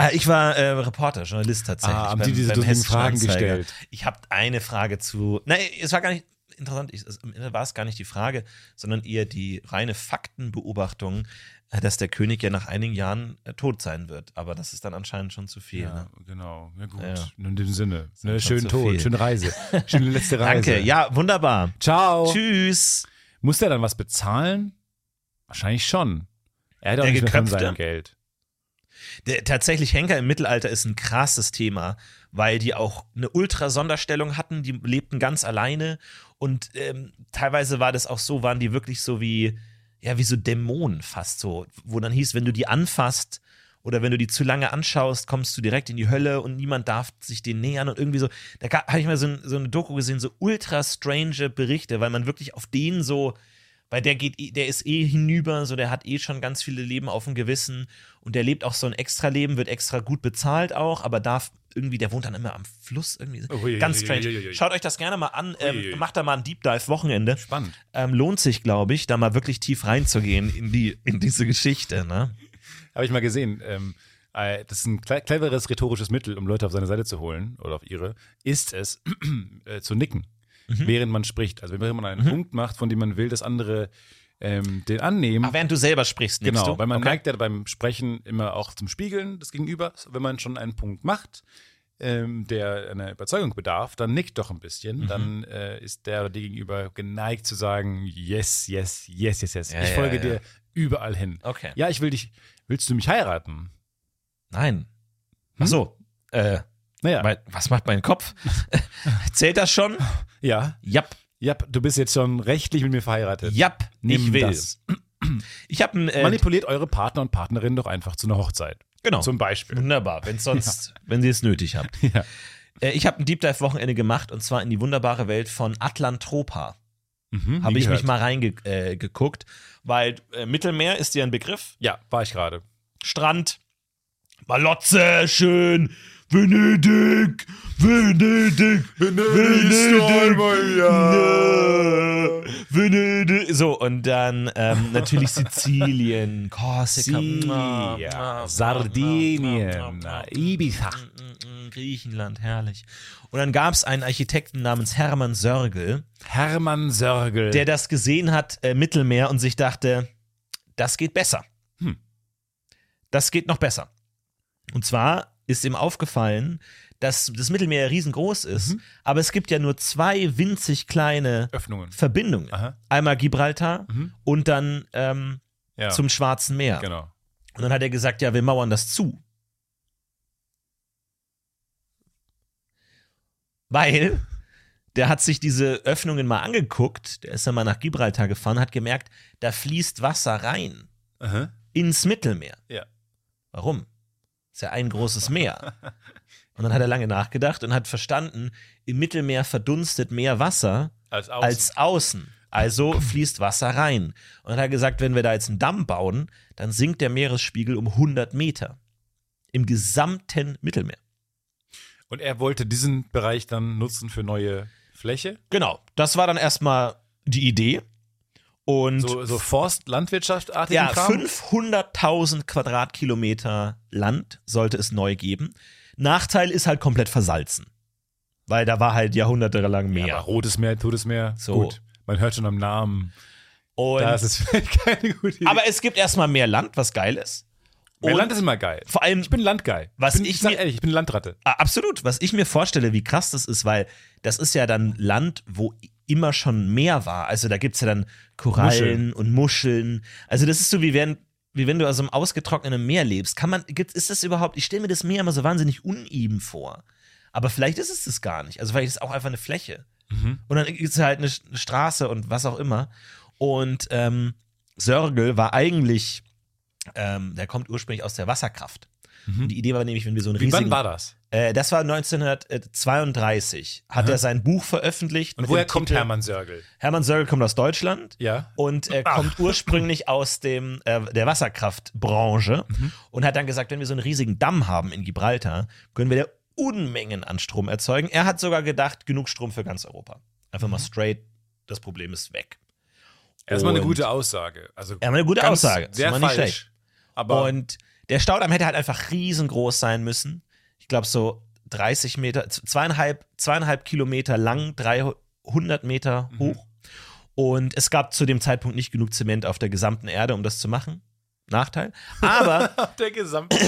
Speaker 2: Ah, Ich war äh, Reporter, Journalist tatsächlich.
Speaker 3: Ah, haben die diese lustigen
Speaker 2: Hessischen
Speaker 3: Fragen
Speaker 2: Anzeiger.
Speaker 3: gestellt?
Speaker 2: Ich habe eine Frage zu. Nein, es war gar nicht interessant. Ich, es, Im Ende war es gar nicht die Frage, sondern eher die reine Faktenbeobachtung, äh, dass der König ja nach einigen Jahren äh, tot sein wird. Aber das ist dann anscheinend schon zu viel.
Speaker 3: Ja,
Speaker 2: Ne?
Speaker 3: genau. Ja, gut.
Speaker 2: Ja.
Speaker 3: In dem Sinne.
Speaker 2: sind
Speaker 3: Ne,
Speaker 2: schon
Speaker 3: schönen
Speaker 2: zu
Speaker 3: Tod,
Speaker 2: viel.
Speaker 3: schöne Reise. Schöne letzte Reise. Oh.
Speaker 2: Danke. Ja, wunderbar.
Speaker 3: Ciao.
Speaker 2: Tschüss.
Speaker 3: Muss der dann was bezahlen? Wahrscheinlich schon. Er hat auch
Speaker 2: Der
Speaker 3: nicht mehr von
Speaker 2: Geköpfte?
Speaker 3: seinem Geld.
Speaker 2: Der, tatsächlich, Henker im Mittelalter ist ein krasses Thema, weil die auch eine Ultra-Sonderstellung hatten, die lebten ganz alleine und ähm, teilweise war das auch so, waren die wirklich so wie, ja, wie so Dämonen fast so, wo dann hieß, wenn du die anfasst oder wenn du die zu lange anschaust, kommst du direkt in die Hölle und niemand darf sich denen nähern und irgendwie so, da habe ich mal so, ein, so eine Doku gesehen, so ultra strange Berichte, weil man wirklich auf denen so, weil der geht, eh- der ist eh hinüber, so der hat eh schon ganz viele Leben auf dem Gewissen und der lebt auch so ein extra Leben, wird extra gut bezahlt auch, aber darf irgendwie, der wohnt dann immer am Fluss irgendwie. so.
Speaker 3: Ui,
Speaker 2: ganz
Speaker 3: ui,
Speaker 2: strange.
Speaker 3: ui, ui, ui.
Speaker 2: Schaut euch das gerne mal an,
Speaker 3: Ui, ui.
Speaker 2: ähm, macht da mal ein Deep Dive Wochenende.
Speaker 3: Spannend.
Speaker 2: Ähm, lohnt sich, glaube ich, da mal wirklich tief reinzugehen in die in diese Geschichte. Ne?
Speaker 3: Habe ich mal gesehen. Ähm, äh, das ist ein cle- cleveres rhetorisches Mittel, um Leute auf seine Seite zu holen oder auf ihre, ist es, äh, zu nicken,
Speaker 2: Mhm.
Speaker 3: während man spricht. Also während man einen Punkt macht, von dem man will, dass andere ähm, den annehmen.
Speaker 2: Ach, während du selber sprichst, nimmst
Speaker 3: Genau,
Speaker 2: du.
Speaker 3: weil man neigt ja beim Sprechen immer auch zum Spiegeln des Gegenübers. Wenn man schon einen Punkt macht, ähm, der einer Überzeugung bedarf, dann nickt doch ein
Speaker 2: Mhm.
Speaker 3: bisschen. Dann äh, ist der oder die Gegenüber geneigt zu sagen, yes, yes, yes, yes, yes.
Speaker 2: Ja,
Speaker 3: ich
Speaker 2: ja,
Speaker 3: folge
Speaker 2: ja.
Speaker 3: dir überall hin.
Speaker 2: Okay.
Speaker 3: Ja, ich will dich, willst du mich heiraten?
Speaker 2: Nein. Ach
Speaker 3: Hm?
Speaker 2: so. Äh,
Speaker 3: Naja,
Speaker 2: mein, was macht mein Kopf? Zählt das schon?
Speaker 3: ja,
Speaker 2: Japp,
Speaker 3: ja, du bist jetzt schon rechtlich mit mir verheiratet.
Speaker 2: japp,
Speaker 3: Nimm
Speaker 2: ich will.
Speaker 3: das.
Speaker 2: Ich habe ein äh,
Speaker 3: Manipuliert eure Partner und Partnerinnen doch einfach zu einer Hochzeit.
Speaker 2: genau.
Speaker 3: Zum Beispiel.
Speaker 2: Wunderbar, wenn sonst, wenn sie es nötig habt.
Speaker 3: Ja.
Speaker 2: Äh, ich habe ein Deep Dive Wochenende gemacht und zwar in die wunderbare Welt von Atlantropa.
Speaker 3: Mhm,
Speaker 2: Habe
Speaker 3: nie
Speaker 2: ich
Speaker 3: gehört.
Speaker 2: mich mal reingeguckt, äh, geguckt, weil äh, Mittelmeer ist dir ein Begriff.
Speaker 3: Ja, war ich gerade.
Speaker 2: Strand, Malotze, schön, Venedig, Venedig, Venedig, Venedig. So, und dann ähm, natürlich Sizilien, Korsika,
Speaker 3: Ah, Sia, Sardinien, Ibiza.
Speaker 2: Mhm. Mm, Griechenland, herrlich. Und dann gab es einen Architekten namens Hermann Sörgel,
Speaker 3: Hermann Sörgel.
Speaker 2: der das gesehen hat, äh, Mittelmeer, und sich dachte, das geht besser.
Speaker 3: Hm.
Speaker 2: Das geht noch besser. Und zwar ist ihm aufgefallen, dass das Mittelmeer ja riesengroß ist,
Speaker 3: Mhm.
Speaker 2: aber es gibt ja nur zwei winzig kleine
Speaker 3: Öffnungen.
Speaker 2: Verbindungen.
Speaker 3: Aha.
Speaker 2: Einmal Gibraltar
Speaker 3: Mhm.
Speaker 2: und dann ähm,
Speaker 3: Ja,
Speaker 2: zum Schwarzen Meer.
Speaker 3: genau.
Speaker 2: Und dann hat er gesagt, ja, wir mauern das zu. Weil der hat sich diese Öffnungen mal angeguckt, der ist dann mal nach Gibraltar gefahren, hat gemerkt, da fließt Wasser rein
Speaker 3: Aha.
Speaker 2: ins Mittelmeer.
Speaker 3: Ja.
Speaker 2: Warum? Ist ja ein großes Meer. Und dann hat er lange nachgedacht und hat verstanden, im Mittelmeer verdunstet mehr Wasser
Speaker 3: Als Außen.
Speaker 2: als außen. Also fließt Wasser rein. Und dann hat er gesagt, wenn wir da jetzt einen Damm bauen, dann sinkt der Meeresspiegel um 100 Meter. Im gesamten Mittelmeer.
Speaker 3: und er wollte diesen Bereich dann nutzen für neue Fläche.
Speaker 2: Genau, das war dann erstmal die Idee. Und
Speaker 3: So, so Forstlandwirtschaftartigen
Speaker 2: ja,
Speaker 3: Kram.
Speaker 2: 500.000 Quadratkilometer Land sollte es neu geben. Nachteil ist halt komplett versalzen. Weil da war halt jahrhundertelang Meer.
Speaker 3: Ja, aber Rotes Meer, Totes Meer.
Speaker 2: So.
Speaker 3: Gut. Man hört schon am Namen.
Speaker 2: Und-
Speaker 3: Das ist keine gute Idee.
Speaker 2: aber es gibt erstmal mehr Land, was geil ist.
Speaker 3: Mehr
Speaker 2: und-
Speaker 3: Land ist immer geil.
Speaker 2: Vor allem
Speaker 3: Ich bin Landgeil.
Speaker 2: Was
Speaker 3: bin,
Speaker 2: ich
Speaker 3: sag
Speaker 2: mir-
Speaker 3: ehrlich, ich bin Landratte.
Speaker 2: Ah, Absolut. Was ich mir vorstelle, wie krass das ist, weil das ist ja dann Land, wo immer schon Meer war. Also da gibt es ja dann Korallen und Muscheln. Also das ist so, wie wenn, wie wenn du aus einem ausgetrockneten Meer lebst. Kann man, gibt, ist das überhaupt, ich stelle mir das Meer immer so wahnsinnig uneben vor. Aber vielleicht ist es das gar nicht. Also vielleicht ist es auch einfach eine Fläche.
Speaker 3: Mhm.
Speaker 2: Und dann gibt es halt eine Sch- eine Straße und was auch immer. Und ähm, Sörgel war eigentlich, ähm, der kommt ursprünglich aus der Wasserkraft. Und die Idee war nämlich, wenn wir so einen
Speaker 3: Mhm. Wie,
Speaker 2: riesigen
Speaker 3: wann war das?
Speaker 2: äh, das war 1932. Hat er sein Buch veröffentlicht.
Speaker 3: Und
Speaker 2: mit
Speaker 3: woher
Speaker 2: dem
Speaker 3: kommt
Speaker 2: Titel-
Speaker 3: Hermann Sörgel?
Speaker 2: Hermann Sörgel kommt aus Deutschland.
Speaker 3: Ja.
Speaker 2: Und er kommt ursprünglich aus dem, äh, der Wasserkraftbranche
Speaker 3: Mhm.
Speaker 2: und hat dann gesagt, wenn wir so einen riesigen Damm haben in Gibraltar, können wir da Unmengen an Strom erzeugen. Er hat sogar gedacht, genug Strom für ganz Europa. Einfach
Speaker 3: Mhm.
Speaker 2: mal straight, das Problem ist weg.
Speaker 3: Erstmal eine
Speaker 2: Und-
Speaker 3: gute Aussage. Also
Speaker 2: Erstmal eine gute
Speaker 3: ganz
Speaker 2: Aussage. Ist
Speaker 3: Sehr
Speaker 2: mal nicht
Speaker 3: falsch.
Speaker 2: schlecht.
Speaker 3: Aber
Speaker 2: und Der Staudamm hätte halt einfach riesengroß sein müssen. Ich glaube, so 30 Meter, z- zweieinhalb, zweieinhalb Kilometer lang, 300 Meter hoch. Und es gab zu dem Zeitpunkt nicht genug Zement auf der gesamten Erde, um das zu machen. Nachteil. Aber
Speaker 3: Der gesamte.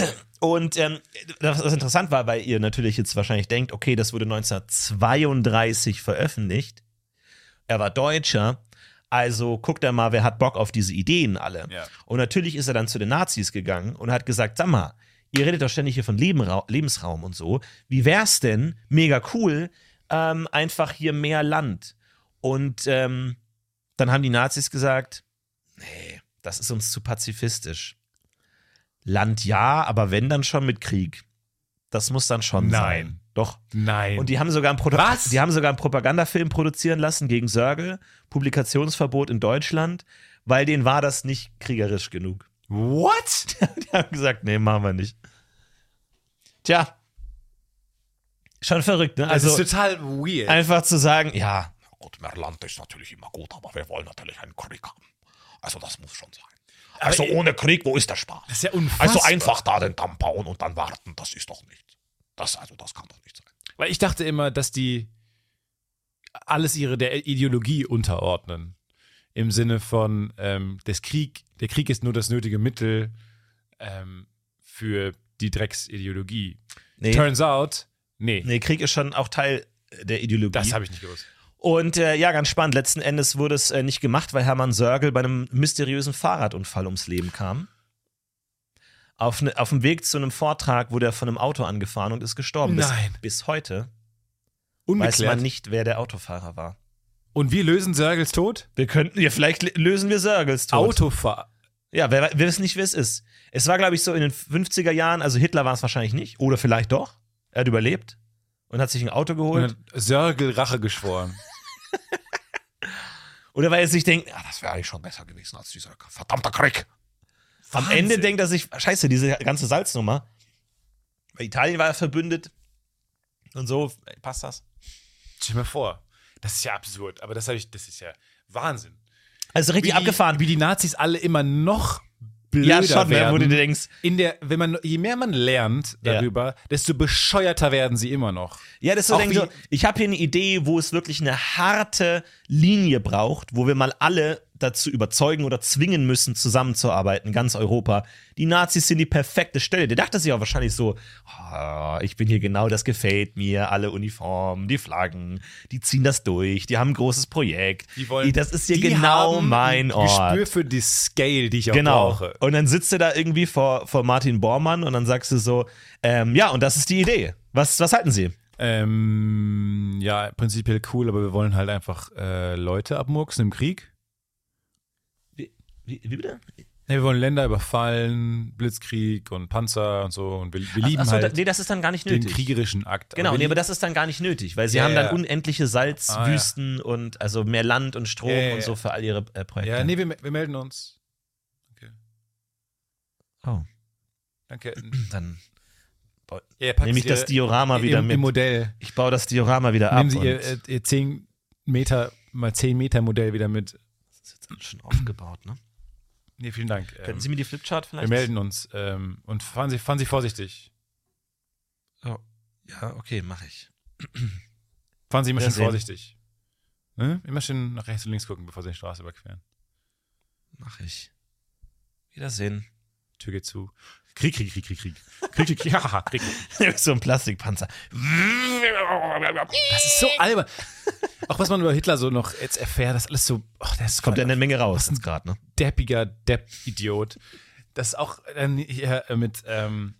Speaker 2: und ähm, das, was interessant war, weil ihr natürlich jetzt wahrscheinlich denkt, okay, das wurde 1932 veröffentlicht. Er war Deutscher. Also guckt er mal, wer hat Bock auf diese Ideen alle.
Speaker 3: Ja.
Speaker 2: Und natürlich ist er dann zu den Nazis gegangen und hat gesagt, sag mal, ihr redet doch ständig hier von Lebenra Lebensraum und so. Wie wär's denn, mega cool, ähm, einfach hier mehr Land. Und ähm, dann haben die Nazis gesagt, nee, das ist uns zu pazifistisch. Land ja, aber wenn dann schon mit Krieg. Das muss dann schon
Speaker 3: Nein.
Speaker 2: sein. Doch.
Speaker 3: Nein.
Speaker 2: Und die haben sogar einen, Produ
Speaker 3: Was?
Speaker 2: Die haben sogar einen Propagandafilm produzieren lassen gegen Sörgel, Publikationsverbot in Deutschland, weil denen war das nicht kriegerisch genug.
Speaker 3: What?
Speaker 2: Die haben gesagt, nee, machen wir nicht. Tja. Schon verrückt, ne?
Speaker 3: Also,
Speaker 2: Also
Speaker 3: das ist total weird.
Speaker 2: einfach zu sagen, ja,
Speaker 6: Gut, mehr Land ist natürlich immer gut, aber wir wollen natürlich einen Krieg haben. Also das muss schon sein.
Speaker 3: Aber
Speaker 6: Also
Speaker 3: ihr-
Speaker 6: ohne Krieg, wo ist der Spaß?
Speaker 3: ist ja unfassbar.
Speaker 6: also einfach da den Damm bauen und dann warten, das ist doch nicht. Das, also das kann doch nicht sein.
Speaker 3: Weil ich dachte immer, dass die alles ihre der Ideologie unterordnen. Im Sinne von, ähm, des Krieg, der Krieg ist nur das nötige Mittel ähm, für die Drecksideologie.
Speaker 2: nee,
Speaker 3: Turns out, nee,
Speaker 2: nee, Krieg ist schon auch Teil äh, der Ideologie.
Speaker 3: das habe ich nicht gewusst.
Speaker 2: Und äh, ja, ganz spannend. Letzten Endes wurde es äh, nicht gemacht, weil Hermann Sörgel bei einem mysteriösen Fahrradunfall ums Leben kam. Auf, ne, auf dem Weg zu einem Vortrag wurde er von einem Auto angefahren und ist gestorben.
Speaker 3: Nein.
Speaker 2: Bis, bis heute weiß
Speaker 3: Ungeklärt.
Speaker 2: man nicht, wer der Autofahrer war.
Speaker 3: Und wir lösen Sörgels Tod?
Speaker 2: Wir könnten, ja, vielleicht l- lösen wir Sörgels Tod.
Speaker 3: Autofahr.
Speaker 2: Ja, wir, wir wissen nicht, wer es ist. Es war, glaube ich, so in den 50er Jahren, also Hitler war es wahrscheinlich nicht. Oder vielleicht doch. Er hat überlebt und hat sich ein Auto
Speaker 3: Und
Speaker 2: geholt.
Speaker 3: hat Sörgel Rache geschworen.
Speaker 2: Oder weil er sich denkt,
Speaker 6: Ja, das wäre eigentlich schon besser gewesen als dieser verdammte Krieg.
Speaker 2: Am Ende denkt er sich, scheiße, diese ganze Salznummer. Bei Italien war er verbündet. Und so passt das.
Speaker 3: Stell dir mal vor. Das ist ja absurd, aber das habe ich, das ist ja Wahnsinn.
Speaker 2: Also richtig
Speaker 3: die,
Speaker 2: abgefahren.
Speaker 3: Wie die Nazis alle immer noch blöder
Speaker 2: ja, schon, ne,
Speaker 3: werden.
Speaker 2: wo du dir denkst.
Speaker 3: in der, wenn man, je mehr man lernt
Speaker 2: Ja.
Speaker 3: darüber, desto bescheuerter werden sie immer noch.
Speaker 2: Ja, das ist so,
Speaker 3: Auch
Speaker 2: denkst
Speaker 3: wie-
Speaker 2: du, ich habe hier eine Idee, wo es wirklich eine harte Linie braucht, wo wir mal alle dazu überzeugen oder zwingen müssen, zusammenzuarbeiten, ganz Europa. Die Nazis sind die perfekte Stelle. Der dachte sich auch wahrscheinlich so, "Ah, ich bin hier genau, das gefällt mir, alle Uniformen, die Flaggen, die ziehen das durch, die haben ein großes Projekt. das ist hier
Speaker 3: die
Speaker 2: genau
Speaker 3: haben
Speaker 2: mein
Speaker 3: ein
Speaker 2: Ort.
Speaker 3: Gespür für die Scale, die ich auch
Speaker 2: Genau.
Speaker 3: brauche.
Speaker 2: Und dann sitzt du da irgendwie vor, vor Martin Bormann und dann sagst du so, ähm, ja, und das ist die Idee. Was, was halten Sie?
Speaker 3: Ähm, ja, prinzipiell cool, aber wir wollen halt einfach äh, Leute abmurksen im Krieg.
Speaker 2: Wie, wie bitte?
Speaker 3: Nee, wir wollen Länder überfallen, Blitzkrieg und Panzer und so. Und wir, wir lieben
Speaker 2: Achso,
Speaker 3: halt
Speaker 2: nee, das ist dann gar nicht
Speaker 3: den
Speaker 2: nötig.
Speaker 3: kriegerischen Akt.
Speaker 2: Genau,
Speaker 3: wir
Speaker 2: nee, aber
Speaker 3: lieben-
Speaker 2: das ist dann gar nicht nötig, weil sie
Speaker 3: Ja,
Speaker 2: haben dann
Speaker 3: ja.
Speaker 2: unendliche
Speaker 3: Ah, ja.
Speaker 2: Salzwüsten und also mehr Land und Strom
Speaker 3: Ja, ja,
Speaker 2: und
Speaker 3: ja.
Speaker 2: so für all ihre äh, Projekte.
Speaker 3: Ja, nee, wir, wir melden uns. Okay.
Speaker 2: Oh.
Speaker 3: Danke.
Speaker 2: Dann
Speaker 3: Ja, packt
Speaker 2: nehme ich
Speaker 3: ihr
Speaker 2: das Diorama
Speaker 3: im,
Speaker 2: wieder
Speaker 3: Im
Speaker 2: mit.
Speaker 3: Modell.
Speaker 2: Ich baue das Diorama wieder ab.
Speaker 3: Nehmen Sie
Speaker 2: und
Speaker 3: ihr, äh, ihr 10 Meter mal 10 Meter Modell wieder mit.
Speaker 2: das ist jetzt schon aufgebaut, ne?
Speaker 3: Nee, vielen Dank. Ähm,
Speaker 2: Könnten Sie mir die Flipchart
Speaker 3: wir
Speaker 2: vielleicht?
Speaker 3: melden uns ähm, und fahren Sie, fahren Sie vorsichtig.
Speaker 2: Ja, okay, mache ich.
Speaker 3: Fahren Sie immer
Speaker 2: Ja,
Speaker 3: schön
Speaker 2: sehen.
Speaker 3: vorsichtig. Ne? Immer schön nach rechts und links gucken, bevor Sie die Straße überqueren.
Speaker 2: Mache ich. Wiedersehen.
Speaker 3: Tür geht zu. Krieg, Krieg, Krieg, Krieg, Krieg. Krieg, Krieg, Krieg. Ja, Krieg.
Speaker 2: so ein Plastikpanzer.
Speaker 3: Das ist so albern. Auch was man über Hitler so noch jetzt erfährt, das ist alles so. Oh, der ist
Speaker 2: Kommt ja
Speaker 3: voll
Speaker 2: eine Menge raus jetzt gerade, ne?
Speaker 3: deppiger Depp-Idiot. Das ist auch dann hier mit, ähm,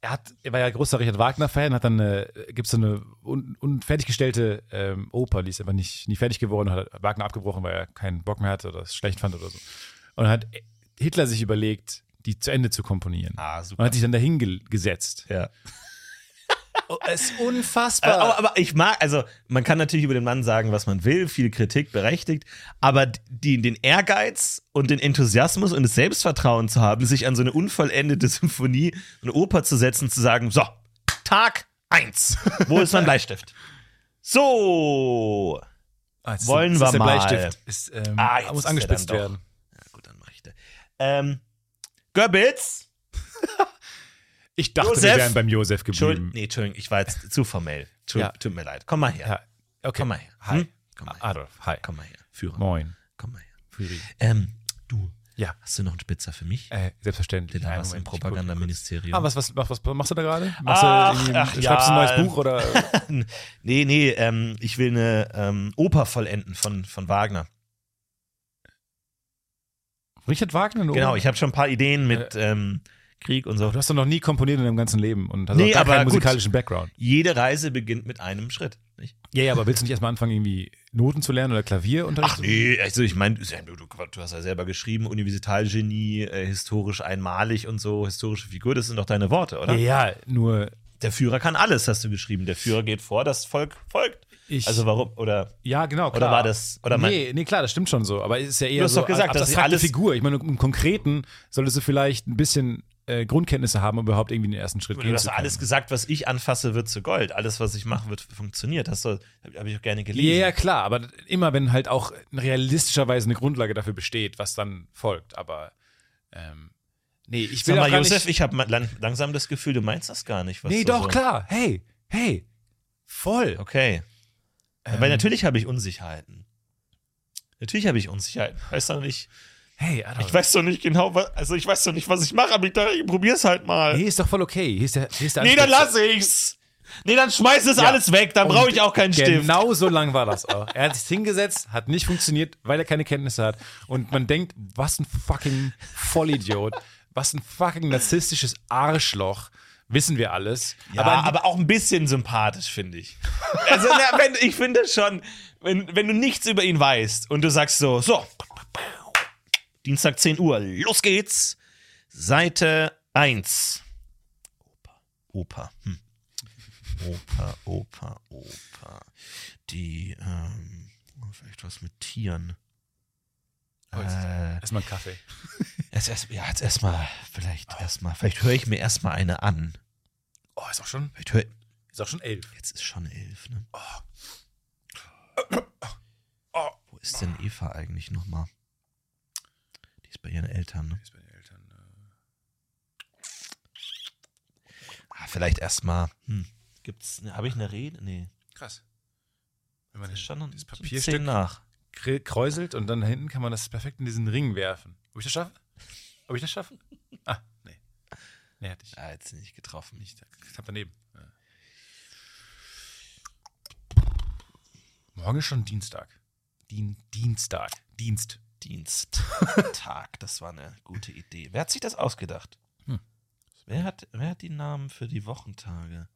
Speaker 3: er, hat, er war ja großer Richard Wagner-Fan, hat dann eine, gibt's so eine un, unfertiggestellte ähm, Oper, die ist aber nicht, nie fertig geworden, hat Wagner abgebrochen, weil er keinen Bock mehr hatte oder es schlecht fand oder so. Und hat Hitler sich überlegt, die zu Ende zu komponieren.
Speaker 2: Ah,
Speaker 3: Und hat sich dann dahin ge gesetzt.
Speaker 2: Ja.
Speaker 3: Oh, es ist
Speaker 2: Äh,
Speaker 3: unfassbar.
Speaker 2: Aber, aber ich mag, also man kann natürlich über den Mann sagen, was man will, viel Kritik berechtigt, aber die, den Ehrgeiz und den Enthusiasmus und das Selbstvertrauen zu haben, sich an so eine unvollendete Symphonie, eine Oper zu setzen, zu sagen, so, Tag eins, wo ist mein Bleistift? So,
Speaker 3: Ah, es ist-
Speaker 2: wollen
Speaker 3: es
Speaker 2: wir
Speaker 3: ist der
Speaker 2: mal.
Speaker 3: Bleistift. Ist, ähm,
Speaker 2: Ah, jetzt
Speaker 3: muss
Speaker 2: ist er
Speaker 3: angespitzt
Speaker 2: dann doch.
Speaker 3: werden.
Speaker 2: Ja, gut, dann mache ich das. Ähm, Goebbels?
Speaker 3: Ich dachte, wir
Speaker 2: Josef?
Speaker 3: wären beim Josef
Speaker 2: Entschuldigung,
Speaker 3: geblieben.
Speaker 2: nee, Entschuldigung, ich war jetzt zu formell. Entschuldigung,
Speaker 3: Ja.
Speaker 2: Tut mir leid. Komm mal her.
Speaker 3: Ja, okay.
Speaker 2: Komm mal her.
Speaker 3: Hi.
Speaker 2: Hm? Komm mal her.
Speaker 3: Adolf, hi.
Speaker 2: Komm mal her. Führer.
Speaker 3: Moin.
Speaker 2: Komm mal her.
Speaker 3: Führer.
Speaker 2: Ähm, du,
Speaker 3: Ja,
Speaker 2: hast du noch einen Spitzer für mich?
Speaker 3: äh, selbstverständlich.
Speaker 2: Lilla,
Speaker 3: Einen
Speaker 2: was im
Speaker 3: Moment, ich guck-
Speaker 2: Propagandaministerium?
Speaker 3: Ah, was, was, was, was machst du da gerade? Machst
Speaker 2: Ach,
Speaker 3: du irgendwie-
Speaker 2: ach,
Speaker 3: schreibst
Speaker 2: ja.
Speaker 3: du ein neues Buch oder?
Speaker 2: Nee, nee, ähm, ich will eine ähm, Oper vollenden von, von Wagner.
Speaker 3: Richard Wagner? nur?
Speaker 2: Genau, ich habe schon ein paar Ideen mit ähm, Krieg und so.
Speaker 3: Du hast doch noch nie komponiert in deinem ganzen Leben und hast
Speaker 2: Nee,
Speaker 3: auch gar
Speaker 2: aber
Speaker 3: keinen
Speaker 2: gut.
Speaker 3: musikalischen Background.
Speaker 2: Jede Reise beginnt mit einem Schritt. Nicht?
Speaker 3: Ja, ja, aber willst du nicht erstmal anfangen, irgendwie Noten zu lernen oder Klavierunterricht?
Speaker 2: Ach nee, also ich meine, du, du, du hast ja selber geschrieben, Universitalgenie, äh, historisch einmalig und so, historische Figur, das sind doch deine Worte, oder?
Speaker 3: Ja, ja, nur
Speaker 2: Der Führer kann alles, hast du geschrieben. Der Führer geht vor, das Volk folgt.
Speaker 3: ich.
Speaker 2: Also warum, oder
Speaker 3: ja, genau,
Speaker 2: oder
Speaker 3: klar.
Speaker 2: war das- oder mein-
Speaker 3: nee, nee, klar, das stimmt schon so. Aber es ist ja eher
Speaker 2: hast
Speaker 3: so
Speaker 2: doch gesagt, dass
Speaker 3: abstrakte
Speaker 2: ich alles-
Speaker 3: Figur. Ich meine, im Konkreten solltest du vielleicht ein bisschen äh, Grundkenntnisse haben, um überhaupt irgendwie den ersten Schritt
Speaker 2: du
Speaker 3: gehen
Speaker 2: hast
Speaker 3: zu können.
Speaker 2: alles gesagt, was ich anfasse, wird zu Gold. Alles, was ich mache, wird funktioniert. Das habe hab ich auch gerne
Speaker 3: Ja,
Speaker 2: gelesen.
Speaker 3: ja, klar, aber immer wenn halt auch realistischerweise eine Grundlage dafür besteht, was dann folgt. Aber ähm, nee, ich
Speaker 2: Sag
Speaker 3: will auch
Speaker 2: mal,
Speaker 3: gar
Speaker 2: Josef,
Speaker 3: nicht,
Speaker 2: ich habe langsam das Gefühl, du meinst das gar nicht. Was
Speaker 3: Nee,
Speaker 2: du
Speaker 3: doch,
Speaker 2: so.
Speaker 3: klar. Hey, hey, voll.
Speaker 2: Okay.
Speaker 3: Ähm,
Speaker 2: Weil natürlich habe ich Unsicherheiten. Natürlich habe ich Unsicherheiten. Weiß doch nicht.
Speaker 3: Hey, Adolf.
Speaker 2: Ich weiß doch nicht genau, was, also ich weiß doch nicht, was ich mache, aber ich, dachte, ich probier's halt mal.
Speaker 3: nee, ist doch voll okay. Hier ist der, hier ist der
Speaker 2: Nee, dann
Speaker 3: Ansprechpartner.
Speaker 2: lass ich's. Nee, dann schmeiß es alles weg, dann
Speaker 3: Und
Speaker 2: brauche ich auch keinen Stift.
Speaker 3: Genau so lang war das auch. Er hat sich hingesetzt, hat nicht funktioniert, weil er keine Kenntnisse hat. Und man denkt, was ein fucking Vollidiot, was ein fucking narzisstisches Arschloch. Wissen wir alles.
Speaker 2: Ja, aber, aber auch ein bisschen sympathisch, finde ich. Also, na, wenn, ich finde schon, wenn, wenn du nichts über ihn weißt und du sagst so, so, Dienstag 10 Uhr, los geht's. Seite 1. Opa, Opa, hm. Opa, Opa, Opa. Die, ähm, vielleicht was mit Tieren.
Speaker 3: Oh, jetzt-
Speaker 2: Äh,
Speaker 3: erstmal einen Kaffee.
Speaker 2: jetzt erst, ja, jetzt erstmal, vielleicht erstmal, vielleicht höre ich mir erstmal eine an.
Speaker 3: Oh, ist auch schon,
Speaker 2: Vielleicht höre
Speaker 3: ist auch schon elf.
Speaker 2: Jetzt ist schon elf, ne? Wo ist denn Eva eigentlich nochmal? Die ist bei ihren Eltern, ne? Ah, vielleicht erstmal. Hm. Gibt's. Ne, Habe ich eine Rede? Nee.
Speaker 3: Krass. Wenn man
Speaker 2: Das ist schon ein
Speaker 3: das
Speaker 2: zehn
Speaker 3: Papierstück
Speaker 2: nach.
Speaker 3: kre- kräuselt und dann hinten kann man das perfekt in diesen Ring werfen. Ob ich das schaffe? Ob ich das schaffe? Ah, nee. Nee, hatte ich.
Speaker 2: Ah, jetzt nicht getroffen. Nicht.
Speaker 3: Knapp daneben. Ja. Morgen ist schon Dienstag. Dien Dienstag. Dienst.
Speaker 2: Dienstag. Das war eine gute Idee. Wer hat sich das ausgedacht?
Speaker 3: Hm.
Speaker 2: Wer, hat, wer hat die Namen für die Wochentage?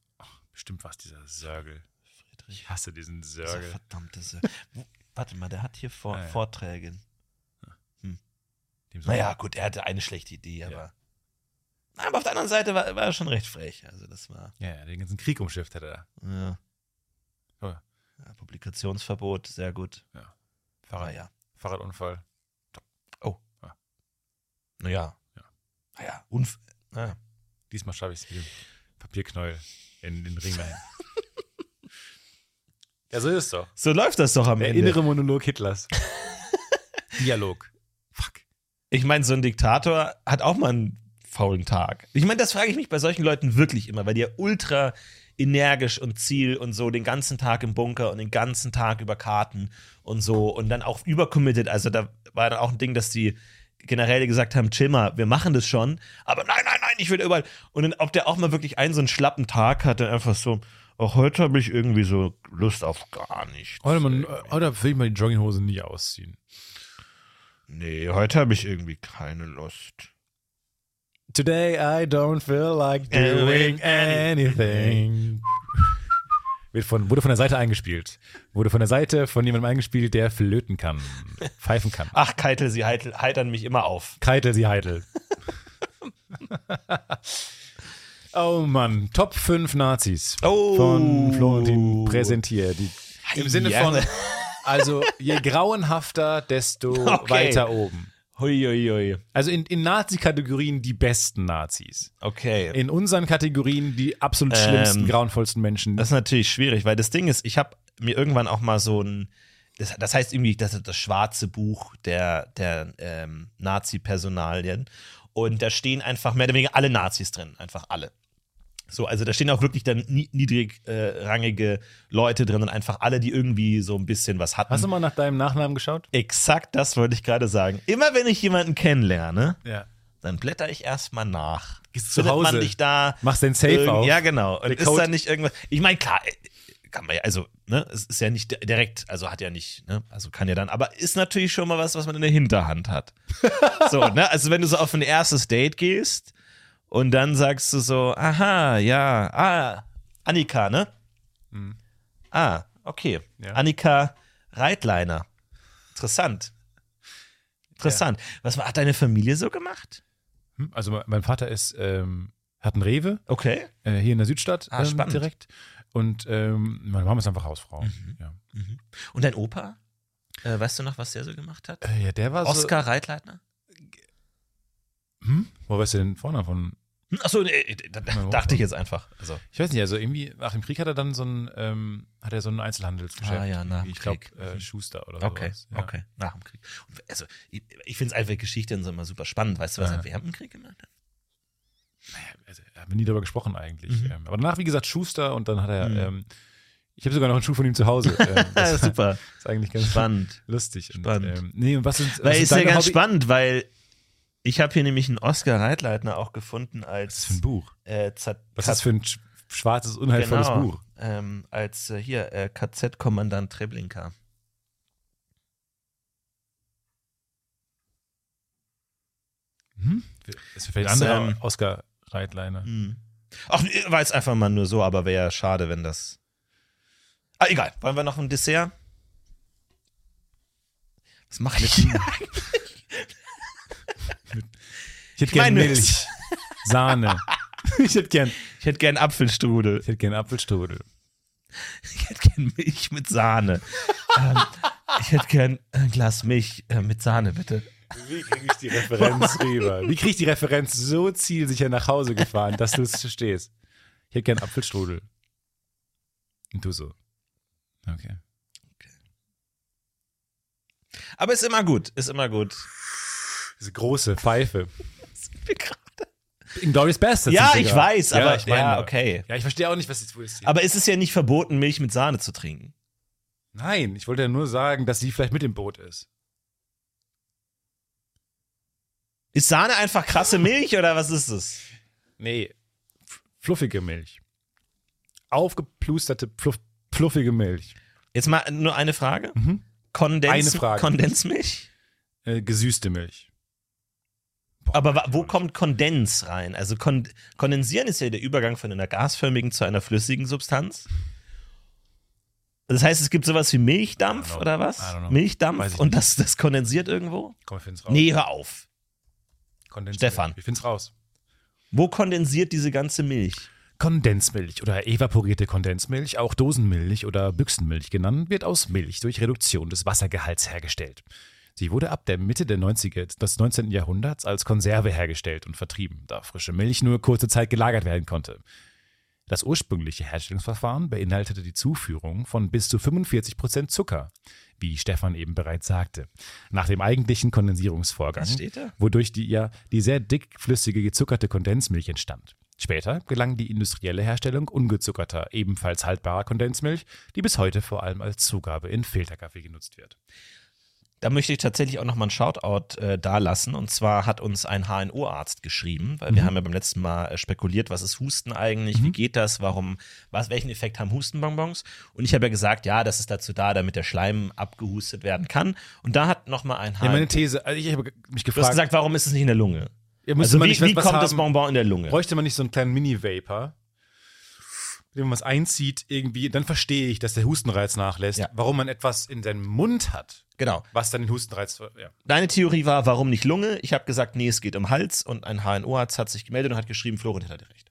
Speaker 3: Bestimmt war es dieser Sörgel.
Speaker 2: Friedrich.
Speaker 3: Ich hasse diesen
Speaker 2: Dieser
Speaker 3: Sörgel.
Speaker 2: verdammte Sir. Wo- Warte mal, der hat hier Vor
Speaker 3: Ah, ja.
Speaker 2: Vorträge.
Speaker 3: Dem
Speaker 2: Naja, gut, er hatte eine schlechte Idee, aber. Na, Aber auf der anderen Seite war, war er schon recht frech. Also, das war.
Speaker 3: Ja, ja, den ganzen Krieg umschifft hat er da.
Speaker 2: Ja.
Speaker 3: Oh Ja.
Speaker 2: Ja, Publikationsverbot, sehr gut.
Speaker 3: Fahrrad,
Speaker 2: Naja.
Speaker 3: Fahrradunfall.
Speaker 2: Naja.
Speaker 3: Ja.
Speaker 2: Naja, unf. Naja.
Speaker 3: Diesmal schaffe ich es mit dem Papierknäuel in den Ring rein. ja, so ist es doch.
Speaker 2: So läuft das doch am
Speaker 3: Der
Speaker 2: Ende.
Speaker 3: innere Monolog Hitlers. Dialog. Fuck.
Speaker 2: Ich meine, so ein Diktator hat auch mal einen faulen Tag. Ich meine, das frage ich mich bei solchen Leuten wirklich immer, weil die ja ultra energisch und Ziel und so den ganzen Tag im Bunker und den ganzen Tag über Karten und so und dann auch übercommitted. Also da war dann auch ein Ding, dass die generell gesagt haben, chill mal, wir machen das schon, aber nein, nein, nein, ich will überall. Und dann, ob der auch mal wirklich einen so einen schlappen Tag hatte, einfach so, auch heute habe ich irgendwie so Lust auf gar nichts.
Speaker 3: Oder, man, oder will ich mal die Jogginghose nie ausziehen?
Speaker 2: Nee, heute habe ich irgendwie keine Lust.
Speaker 3: Today I don't feel like doing
Speaker 2: Doing
Speaker 3: anything. Wird von, wurde von der Seite eingespielt. Wurde von der Seite von jemandem eingespielt, der flöten kann, pfeifen kann.
Speaker 2: Ach, Keitel, sie heitel, heitern mich immer auf.
Speaker 3: Keitel, sie heitel. oh Mann, Top 5 Nazis
Speaker 2: Oh.
Speaker 3: von Florentin präsentiert. Die, Im Sinne
Speaker 2: Ja.
Speaker 3: von, also je grauenhafter, desto
Speaker 2: Okay.
Speaker 3: weiter oben.
Speaker 2: Huiuiui.
Speaker 3: Also in, in Nazi-Kategorien die besten Nazis.
Speaker 2: Okay.
Speaker 3: In unseren Kategorien die absolut schlimmsten,
Speaker 2: Ähm,
Speaker 3: grauenvollsten Menschen.
Speaker 2: Das ist natürlich schwierig, weil das Ding ist, ich habe mir irgendwann auch mal so ein, das, das heißt irgendwie, das ist das schwarze Buch der, der ähm, Nazi-Personalien. Und da stehen einfach mehr oder weniger alle Nazis drin, einfach alle. So, also da stehen auch wirklich dann ni- niedrigrangige Leute drin und einfach alle, die irgendwie so ein bisschen was hatten.
Speaker 3: Hast du mal nach deinem Nachnamen geschaut?
Speaker 2: Exakt das wollte ich gerade sagen. Immer wenn ich jemanden kennenlerne,
Speaker 3: Ja.
Speaker 2: dann blätter ich erstmal nach.
Speaker 3: Gehst
Speaker 2: Findet
Speaker 3: zu Hause.
Speaker 2: man dich da.
Speaker 3: Machst den Safe
Speaker 2: irgend-
Speaker 3: auf.
Speaker 2: Ja, genau. Und
Speaker 3: Der
Speaker 2: ist
Speaker 3: Code-
Speaker 2: da nicht irgendwas. Ich meine, klar, äh, kann man ja, also, ne, es ist ja nicht di- direkt, also hat ja nicht, ne, also kann ja dann, aber ist natürlich schon mal was, was man in der Hinterhand hat. so, ne, also wenn du so auf ein erstes Date gehst und dann sagst du so, aha, ja, ah, Annika, ne? Ah, okay.
Speaker 3: Mhm. Ja.
Speaker 2: Annika Reitleiner. Interessant. Interessant. Was hat deine Familie so gemacht?
Speaker 3: Hm, Also me- mein Vater ist, ähm, hat einen Rewe
Speaker 2: Okay.
Speaker 3: äh, hier in der Südstadt
Speaker 2: Ah,
Speaker 3: ähm,
Speaker 2: spannend.
Speaker 3: direkt. Und ähm, meine Mama ist einfach Hausfrau.
Speaker 2: Mhm.
Speaker 3: Ja.
Speaker 2: Und dein Opa? Äh, weißt du noch, was der so gemacht hat?
Speaker 3: Äh, ja, der war so.
Speaker 2: Oskar Reitleitner?
Speaker 3: Hm? Wo weißt du denn vorne von?
Speaker 2: Hm, Achso, nee, da, da,
Speaker 3: Opa.
Speaker 2: dachte ich jetzt einfach. Also,
Speaker 3: Ich weiß nicht, also irgendwie nach dem Krieg hat er dann so ein, ähm, hat er so ein Einzelhandelsgeschäft.
Speaker 2: Ah, ja, nach dem
Speaker 3: ich glaube
Speaker 2: Krieg. Mhm.
Speaker 3: äh, Schuster oder
Speaker 2: okay,
Speaker 3: sowas. Ja.
Speaker 2: okay, nach dem Krieg. Und, also, ich, ich finde es einfach Geschichten sind immer super spannend. Weißt du, was
Speaker 3: Ja.
Speaker 2: er während dem Krieg gemacht hat?
Speaker 3: Also, haben wir nie darüber gesprochen eigentlich.
Speaker 2: Mhm.
Speaker 3: Ähm, aber danach, wie gesagt, Schuster und dann hat er, ähm, ich habe sogar noch einen Schuh von ihm zu Hause. Ähm,
Speaker 2: Ja,
Speaker 3: das
Speaker 2: super,
Speaker 3: ist eigentlich ganz
Speaker 2: spannend.
Speaker 3: lustig.
Speaker 2: Spannend.
Speaker 3: Und, ähm, nee, und was sind, was
Speaker 2: Weil
Speaker 3: sind
Speaker 2: ist ja
Speaker 3: deine
Speaker 2: ganz
Speaker 3: Hobby-
Speaker 2: spannend, weil ich habe hier nämlich einen Oskar Reitleitner auch gefunden
Speaker 3: Was ist das für ein
Speaker 2: als
Speaker 3: Buch?
Speaker 2: äh, Zat-
Speaker 3: Was ist das für ein sch- schwarzes, unheilvolles
Speaker 2: genau,
Speaker 3: Buch?
Speaker 2: Ähm, als äh, hier äh, KZ-Kommandant Treblinka.
Speaker 3: Hm? Es fällt
Speaker 2: Das,
Speaker 3: andere
Speaker 2: ähm,
Speaker 3: Oscar Reitleiner.
Speaker 2: Mhm. Ach, war jetzt einfach mal nur so, aber wäre ja schade, wenn das. Ah, egal. Wollen wir noch ein Dessert? Was mache ich?
Speaker 3: Ich hätte
Speaker 2: Ich
Speaker 3: gern
Speaker 2: meine-
Speaker 3: Milch, Sahne. ich hätte gern,
Speaker 2: Ich hätte gern Apfelstrudel.
Speaker 3: ich hätte gern Apfelstrudel.
Speaker 2: Ich hätte gern Milch mit Sahne. ähm, ich hätte gern ein Glas Milch äh, mit Sahne, bitte.
Speaker 3: Wie kriege ich die Referenz rüber? Wie kriege ich die Referenz so zielsicher nach Hause gefahren, dass du es verstehst? Ich hätte gern Apfelstrudel. Und du so. Okay.
Speaker 2: Aber ist immer gut. Ist immer gut.
Speaker 3: Diese große Pfeife. In Glorious Bastards.
Speaker 2: Ja,
Speaker 3: sind wir
Speaker 2: ich
Speaker 3: gerade.
Speaker 2: weiß, aber-
Speaker 3: meine,
Speaker 2: ja,
Speaker 3: aber-
Speaker 2: okay.
Speaker 3: Ja, ich verstehe auch nicht, was jetzt wo ist.
Speaker 2: Aber es ist ja nicht verboten, Milch mit Sahne zu trinken.
Speaker 3: Nein, ich wollte ja nur sagen, dass sie vielleicht mit im Boot ist.
Speaker 2: Ist Sahne einfach krasse Milch oder was ist es?
Speaker 3: Nee, f- fluffige Milch. Aufgeplusterte, fluff, fluffige Milch.
Speaker 2: Jetzt mal nur eine Frage.
Speaker 3: Mhm.
Speaker 2: Kondens,
Speaker 3: Eine Frage.
Speaker 2: Kondensmilch?
Speaker 3: Äh, gesüßte Milch.
Speaker 2: Aber wa- wo kommt Kondens rein? Also kon kondensieren ist ja der Übergang von einer gasförmigen zu einer flüssigen Substanz. Das heißt, es gibt sowas wie
Speaker 3: I don't
Speaker 2: Milchdampf
Speaker 3: know.
Speaker 2: oder
Speaker 3: I
Speaker 2: was?
Speaker 3: don't know. Weiß
Speaker 2: Milchdampf
Speaker 3: ich Oh.
Speaker 2: und das, das kondensiert irgendwo?
Speaker 3: Komm, ich find's raus.
Speaker 2: Nee, hör auf.
Speaker 3: Kondensmilch.
Speaker 2: Stefan.
Speaker 3: Ich find's raus.
Speaker 2: Wo kondensiert diese ganze Milch?
Speaker 3: Kondensmilch oder evaporierte Kondensmilch, auch Dosenmilch oder Büchsenmilch genannt, wird aus Milch durch Reduktion des Wassergehalts hergestellt. Sie wurde ab der Mitte der 90er des 19. Jahrhunderts als Konserve hergestellt und vertrieben, da frische Milch nur kurze Zeit gelagert werden konnte. Das ursprüngliche Herstellungsverfahren beinhaltete die Zuführung von bis zu 45 Prozent Zucker, wie Stefan eben bereits sagte. Nach dem eigentlichen Kondensierungsvorgang,
Speaker 2: Was steht da?
Speaker 3: wodurch die, ja, die sehr dickflüssige gezuckerte Kondensmilch entstand. Später gelang die industrielle Herstellung ungezuckerter, ebenfalls haltbarer Kondensmilch, die bis heute vor allem als Zugabe in Filterkaffee genutzt wird.
Speaker 2: Da möchte ich tatsächlich auch nochmal einen Shoutout äh, da lassen. Und zwar hat uns ein HNO-Arzt geschrieben, weil
Speaker 3: Mhm.
Speaker 2: wir haben ja beim letzten Mal äh, spekuliert, was ist Husten eigentlich, wie geht das, warum, was, welchen Effekt haben Hustenbonbons? Und ich habe ja gesagt, ja, das ist dazu da, damit der Schleim abgehustet werden kann. Und da hat nochmal ein HNO.
Speaker 3: Ja, meine These, also ich habe mich
Speaker 2: du hast
Speaker 3: gefragt,
Speaker 2: gesagt, warum ist es nicht in der Lunge?
Speaker 3: ihr müsst
Speaker 2: Also
Speaker 3: mal
Speaker 2: wie,
Speaker 3: nicht
Speaker 2: wie
Speaker 3: was
Speaker 2: kommt das
Speaker 3: haben.
Speaker 2: Bonbon in der Lunge?
Speaker 3: Bräuchte man nicht so einen kleinen Mini-Vapor, mit dem man was einzieht irgendwie, dann verstehe ich, dass der Hustenreiz nachlässt,
Speaker 2: Ja.
Speaker 3: warum man etwas in seinem Mund hat,
Speaker 2: Genau.
Speaker 3: was dann den Hustenreiz, ver- ja.
Speaker 2: Deine Theorie war, warum nicht Lunge? Ich habe gesagt, nee, es geht um Hals. Und ein HNO-Arzt hat sich gemeldet und hat geschrieben, Florian hatte recht.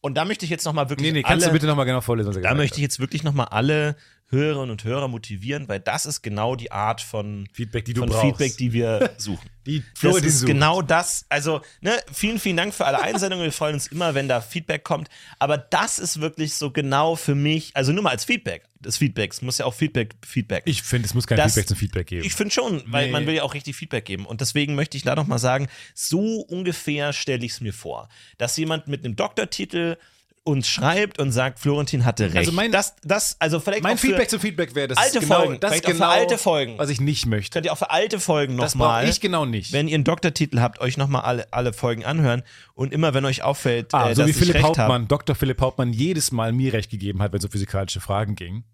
Speaker 2: Und da möchte ich jetzt nochmal wirklich
Speaker 3: Nee, nee,
Speaker 2: alle
Speaker 3: kannst du bitte nochmal genau vorlesen, was er
Speaker 2: Da
Speaker 3: gesagt
Speaker 2: möchte ich jetzt wirklich nochmal alle Hörerinnen und Hörer motivieren, weil das ist genau die Art von
Speaker 3: Feedback, die du
Speaker 2: von
Speaker 3: brauchst.
Speaker 2: Feedback, die wir suchen.
Speaker 3: Die Flo,
Speaker 2: Das
Speaker 3: die
Speaker 2: ist
Speaker 3: sucht.
Speaker 2: genau das. Also, ne, vielen, vielen Dank für alle Einsendungen. Wir freuen uns immer, wenn da Feedback kommt. Aber das ist wirklich so genau für mich, also nur mal als Feedback des Feedbacks, muss ja auch Feedback, Feedback.
Speaker 3: Ich finde, es muss kein
Speaker 2: Das-
Speaker 3: Feedback zum Feedback geben.
Speaker 2: Ich finde schon, weil
Speaker 3: Nee.
Speaker 2: man will ja auch richtig Feedback geben. Und deswegen möchte ich da noch mal sagen, so ungefähr stelle ich es mir vor, dass jemand mit einem Doktortitel uns schreibt und sagt, Florentin hatte recht.
Speaker 3: mein-
Speaker 2: das, das, also vielleicht
Speaker 3: mein
Speaker 2: auch für,
Speaker 3: Feedback zum Feedback wäre, das
Speaker 2: Alte
Speaker 3: ist genau,
Speaker 2: Folgen.
Speaker 3: das ist
Speaker 2: Vielleicht auch für
Speaker 3: genau,
Speaker 2: alte Folgen.
Speaker 3: was ich nicht möchte.
Speaker 2: könnt ihr auch für alte Folgen
Speaker 3: Das
Speaker 2: nochmal.
Speaker 3: brauche ich genau nicht.
Speaker 2: Wenn ihr einen Doktortitel habt, euch nochmal alle, alle Folgen anhören und immer, wenn euch auffällt,
Speaker 3: ah,
Speaker 2: äh,
Speaker 3: so
Speaker 2: dass
Speaker 3: wie
Speaker 2: ich
Speaker 3: Philipp
Speaker 2: recht
Speaker 3: Hauptmann, Dr. Philipp Hauptmann jedes Mal mir recht gegeben hat, wenn es um physikalische Fragen ging.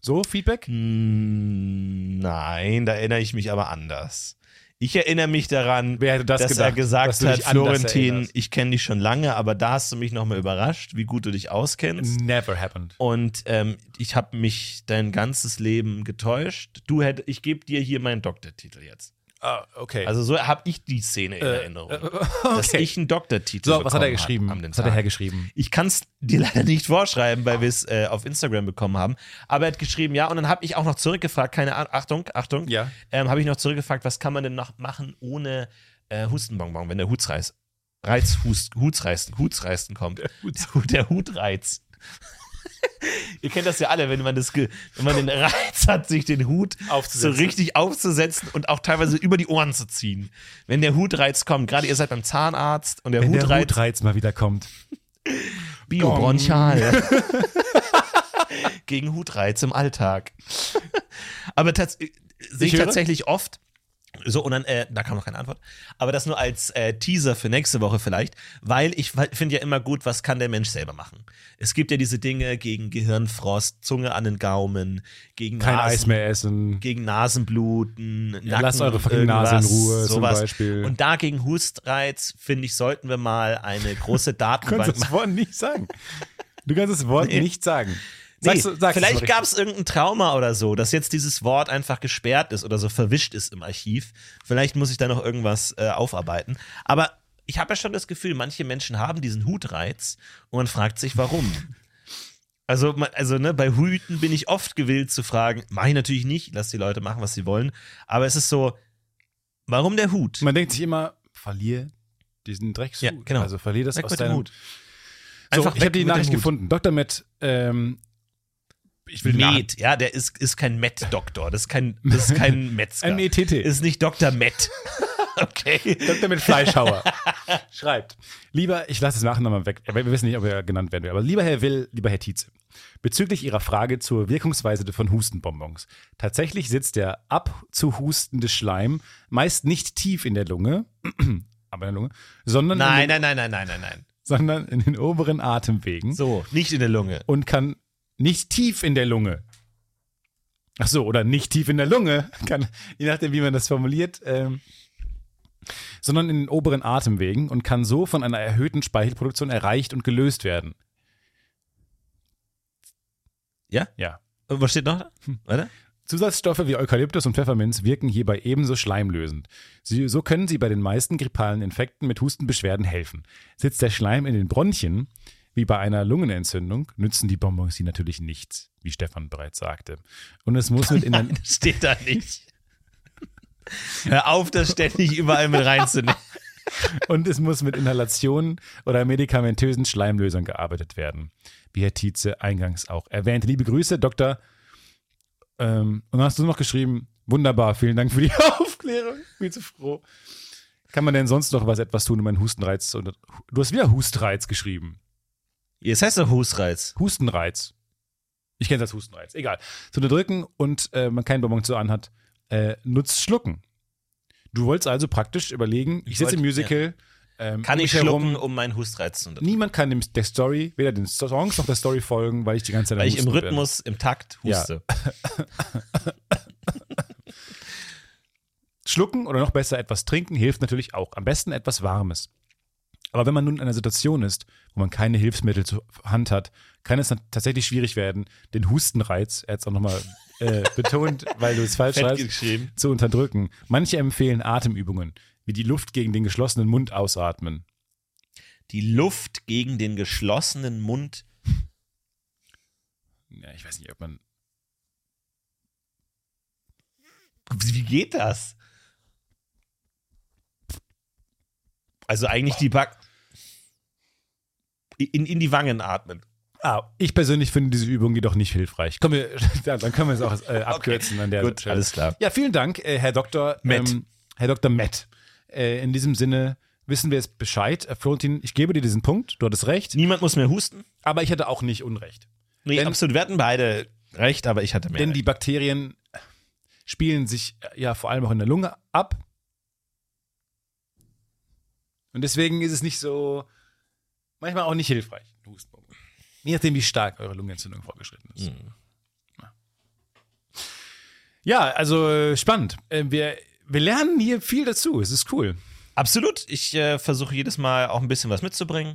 Speaker 3: So, Feedback?
Speaker 2: Hab. Mm, Nein, da erinnere ich mich aber anders. Ich erinnere mich daran,
Speaker 3: Wer hätte das
Speaker 2: dass er
Speaker 3: gedacht, dass
Speaker 2: gesagt
Speaker 3: du
Speaker 2: hat,
Speaker 3: dich anders
Speaker 2: Florentin,
Speaker 3: erinnerst?
Speaker 2: ich kenne dich schon lange, aber da hast du mich nochmal überrascht, wie gut du dich auskennst.
Speaker 3: Never happened.
Speaker 2: Und ähm, ich habe mich dein ganzes Leben getäuscht. Du hätt, ich gebe dir hier meinen Doktortitel jetzt.
Speaker 3: Ah, okay.
Speaker 2: Also so habe ich die Szene in
Speaker 3: Äh,
Speaker 2: Erinnerung,
Speaker 3: äh,
Speaker 2: dass
Speaker 3: okay.
Speaker 2: ich einen Doktortitel
Speaker 3: so, was hat er
Speaker 2: bekommen
Speaker 3: geschrieben?
Speaker 2: Hab, am
Speaker 3: was hat er
Speaker 2: Tag.
Speaker 3: hergeschrieben?
Speaker 2: Ich kann es dir leider nicht vorschreiben, weil wir es äh, auf Instagram bekommen haben. Aber er hat geschrieben, ja, und dann habe ich auch noch zurückgefragt, keine Ahnung, Achtung, Achtung,
Speaker 3: Ja.
Speaker 2: ähm, habe ich noch zurückgefragt, was kann man denn noch machen ohne äh, Hustenbonbon, wenn der Hutsreiß, Reiz, Hust, Hutsreißen, Hutsreißen kommt. Der, Hut, der Hutreiz. Ihr kennt das ja alle, wenn man, das ge wenn man den Reiz hat, sich den Hut so
Speaker 3: Aufzusetzen.
Speaker 2: richtig aufzusetzen und auch teilweise über die Ohren zu ziehen. Wenn der Hutreiz kommt, gerade ihr seid beim Zahnarzt und der
Speaker 3: Wenn der
Speaker 2: Hutreiz
Speaker 3: Hutreiz mal wieder kommt.
Speaker 2: Biobronchial. Gegen Hutreiz im Alltag. Aber tats äh, sehe ich
Speaker 3: höre.
Speaker 2: tatsächlich oft. So, und dann, äh, da kam noch keine Antwort. Aber das nur als äh, Teaser für nächste Woche vielleicht, weil ich wa- finde ja immer gut, was kann der Mensch selber machen. Es gibt ja diese Dinge gegen Gehirnfrost, Zunge an den Gaumen, gegen
Speaker 3: Kein
Speaker 2: Nasen-
Speaker 3: Eis mehr essen.
Speaker 2: gegen Nasenbluten, Nacken,
Speaker 3: lasst eure fucking Nase in
Speaker 2: irgendwas,
Speaker 3: Ruhe, zum Beispiel.
Speaker 2: Und dagegen Hustreiz, finde ich, sollten wir mal eine große
Speaker 3: Du kannst
Speaker 2: Datenbank
Speaker 3: das Wort nicht sagen. Du kannst das Wort nicht sagen.
Speaker 2: Nee,
Speaker 3: Sag's- sag's mal
Speaker 2: vielleicht
Speaker 3: richtig.
Speaker 2: gab es irgendein Trauma oder so, dass jetzt dieses Wort einfach gesperrt ist oder so verwischt ist im Archiv. Vielleicht muss ich da noch irgendwas äh, aufarbeiten. Aber ich habe ja schon das Gefühl, manche Menschen haben diesen Hutreiz und man fragt sich, warum. Also, man- also ne, bei Hüten bin ich oft gewillt zu fragen, mache ich natürlich nicht, lass die Leute machen, was sie wollen. Aber es ist so, warum der Hut?
Speaker 3: Man denkt sich immer, verlier diesen Dreckshut.
Speaker 2: Ja, genau.
Speaker 3: Also verlier das
Speaker 2: Weg
Speaker 3: aus
Speaker 2: mit dem
Speaker 3: deinem
Speaker 2: Hut.
Speaker 3: So,
Speaker 2: Einfach
Speaker 3: ich
Speaker 2: weg
Speaker 3: habe die
Speaker 2: mit dem
Speaker 3: Nachricht
Speaker 2: Hut.
Speaker 3: gefunden. Dr. Matt, ähm, ich will nach-
Speaker 2: Med, ja, der ist, ist kein Met-Doktor, das ist kein, das ist kein Metzger.
Speaker 3: METT.
Speaker 2: Ist nicht Dr. Met. okay.
Speaker 3: Dr. Matt Fleischhauer schreibt. Lieber, ich lasse es nachher nochmal weg. Wir wissen nicht, ob er genannt werden will. Aber lieber Herr Will, lieber Herr Tietze. Bezüglich Ihrer Frage zur Wirkungsweise von Hustenbonbons. Tatsächlich sitzt der abzuhustende Schleim meist nicht tief in der Lunge, aber in der Lunge, sondern,
Speaker 2: Nein,
Speaker 3: in den,
Speaker 2: nein, nein, nein, nein, nein, nein.
Speaker 3: sondern in den oberen Atemwegen.
Speaker 2: So, nicht in der Lunge.
Speaker 3: und kann nicht tief in der Lunge. Ach so, oder nicht tief in der Lunge, kann, je nachdem, wie man das formuliert, ähm, sondern in den oberen Atemwegen und kann so von einer erhöhten Speichelproduktion erreicht und gelöst werden.
Speaker 2: Ja?
Speaker 3: Ja.
Speaker 2: Und was steht noch? Warte.
Speaker 3: Zusatzstoffe wie Eukalyptus und Pfefferminz wirken hierbei ebenso schleimlösend. Sie, so können sie bei den meisten grippalen Infekten mit Hustenbeschwerden helfen. Sitzt der Schleim in den Bronchien, wie bei einer Lungenentzündung, nützen die Bonbons sie natürlich nichts, wie Stefan bereits sagte. Und es muss mit in den,
Speaker 2: Das steht da nicht. Hör auf, das ständig überall mit reinzunehmen.
Speaker 3: und es muss mit Inhalationen oder medikamentösen Schleimlösern gearbeitet werden, wie Herr Tietze eingangs auch erwähnte. Liebe Grüße, Dr. Ähm, und dann hast du noch geschrieben, wunderbar, vielen Dank für die Aufklärung, bin zu froh. Kann man denn sonst noch was etwas tun, um einen Hustenreiz zu unter Du hast wieder Hustreiz geschrieben.
Speaker 2: Jetzt heißt er Husreiz.
Speaker 3: Hustenreiz. Ich kenne das als Hustenreiz. Egal. Zu unterdrücken und äh, man keinen Bonbon zu anhat, äh, nutzt schlucken. Du wolltest also praktisch überlegen, ich,
Speaker 2: wollte-
Speaker 3: sitze im Musical. ähm,
Speaker 2: Kann
Speaker 3: um
Speaker 2: ich
Speaker 3: mich herum-
Speaker 2: schlucken, um meinen Husreiz zu unterdrücken?
Speaker 3: Niemand kann dem, der Story, weder den Songs noch der Story folgen, weil ich die ganze Zeit am
Speaker 2: Weil ich im
Speaker 3: Husten bin.
Speaker 2: Rhythmus, im Takt huste.
Speaker 3: Schlucken oder noch besser etwas trinken hilft natürlich auch. Am besten etwas Warmes. Aber wenn man nun in einer Situation ist, wo man keine Hilfsmittel zur Hand hat, kann es dann tatsächlich schwierig werden, den Hustenreiz, er hat es auch nochmal äh, betont, weil du es falsch
Speaker 2: Fett
Speaker 3: schreibst,
Speaker 2: geschrieben.
Speaker 3: zu unterdrücken. Manche empfehlen Atemübungen, wie die Luft gegen den geschlossenen Mund ausatmen.
Speaker 2: Die Luft gegen den geschlossenen Mund.
Speaker 3: Ja, ich weiß nicht, ob man
Speaker 2: Wie geht das? Also eigentlich die Back. In, in die Wangen atmen.
Speaker 3: Ah, ich persönlich finde diese Übung jedoch nicht hilfreich. Kommen wir, dann dann können wir es auch äh, abkürzen an der
Speaker 2: Gut, alles klar.
Speaker 3: Ja, vielen Dank, äh, Herr Dr.
Speaker 2: Matt.
Speaker 3: Herr Dr. Matt. Äh, in diesem Sinne wissen wir jetzt Bescheid. Äh, Florentin, ich gebe dir diesen Punkt, du hattest recht,
Speaker 2: Niemand muss mehr husten.
Speaker 3: aber ich hatte auch nicht Unrecht.
Speaker 2: Nee,
Speaker 3: Denn-
Speaker 2: absolut. Wir hatten beide recht, aber ich hatte mehr.
Speaker 3: Denn die Bakterien spielen sich äh, ja vor allem auch in der Lunge ab. Und deswegen ist es nicht so, manchmal auch nicht hilfreich. Hustenbombe. Je nachdem, wie stark eure Lungenentzündung vorgeschritten ist. Ja. Ja, also äh, spannend. Äh, Wir, wir lernen hier viel dazu. Es ist cool.
Speaker 2: Absolut. Ich äh, versuche jedes Mal auch ein bisschen was mitzubringen.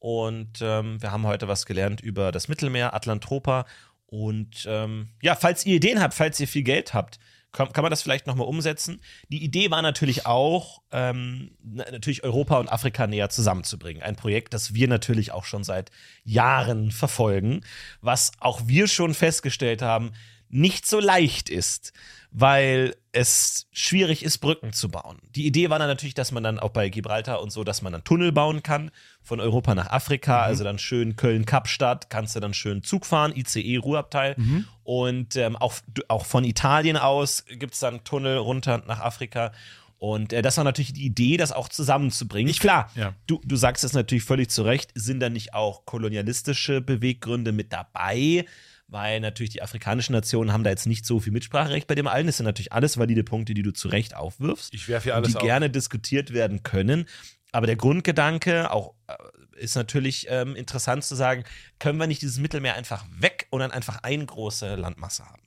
Speaker 2: Und ähm, wir haben heute was gelernt über das Mittelmeer, Atlantropa. Und ähm, ja, falls ihr Ideen habt, falls ihr viel Geld habt, kann, kann man das vielleicht nochmal umsetzen. Die Idee war natürlich auch, ähm, na, natürlich Europa und Afrika näher zusammenzubringen. Ein Projekt, das wir natürlich auch schon seit Jahren verfolgen, was auch wir schon festgestellt haben, nicht so leicht ist, weil es schwierig ist, Brücken zu bauen. Die Idee war dann natürlich, dass man dann auch bei Gibraltar und so, dass man dann Tunnel bauen kann von Europa nach Afrika, also dann schön Köln-Kapstadt, kannst du dann schön Zug fahren, ICE-Ruhrabteil. Und ähm, auch, auch von Italien aus gibt es dann Tunnel runter nach Afrika. Und äh, das war natürlich die Idee, das auch zusammenzubringen. Klar,
Speaker 3: ja.
Speaker 2: du, du sagst es natürlich völlig zu Recht, sind da nicht auch kolonialistische Beweggründe mit dabei? Weil natürlich die afrikanischen Nationen haben da jetzt nicht so viel Mitspracherecht bei dem allen. Das sind natürlich alles valide Punkte, die du zu Recht aufwirfst
Speaker 3: Ich werfe hier
Speaker 2: die gerne diskutiert werden können. Aber der Grundgedanke auch äh, ist natürlich ähm, interessant zu sagen, können wir nicht dieses Mittelmeer einfach weg und dann einfach eine große Landmasse haben?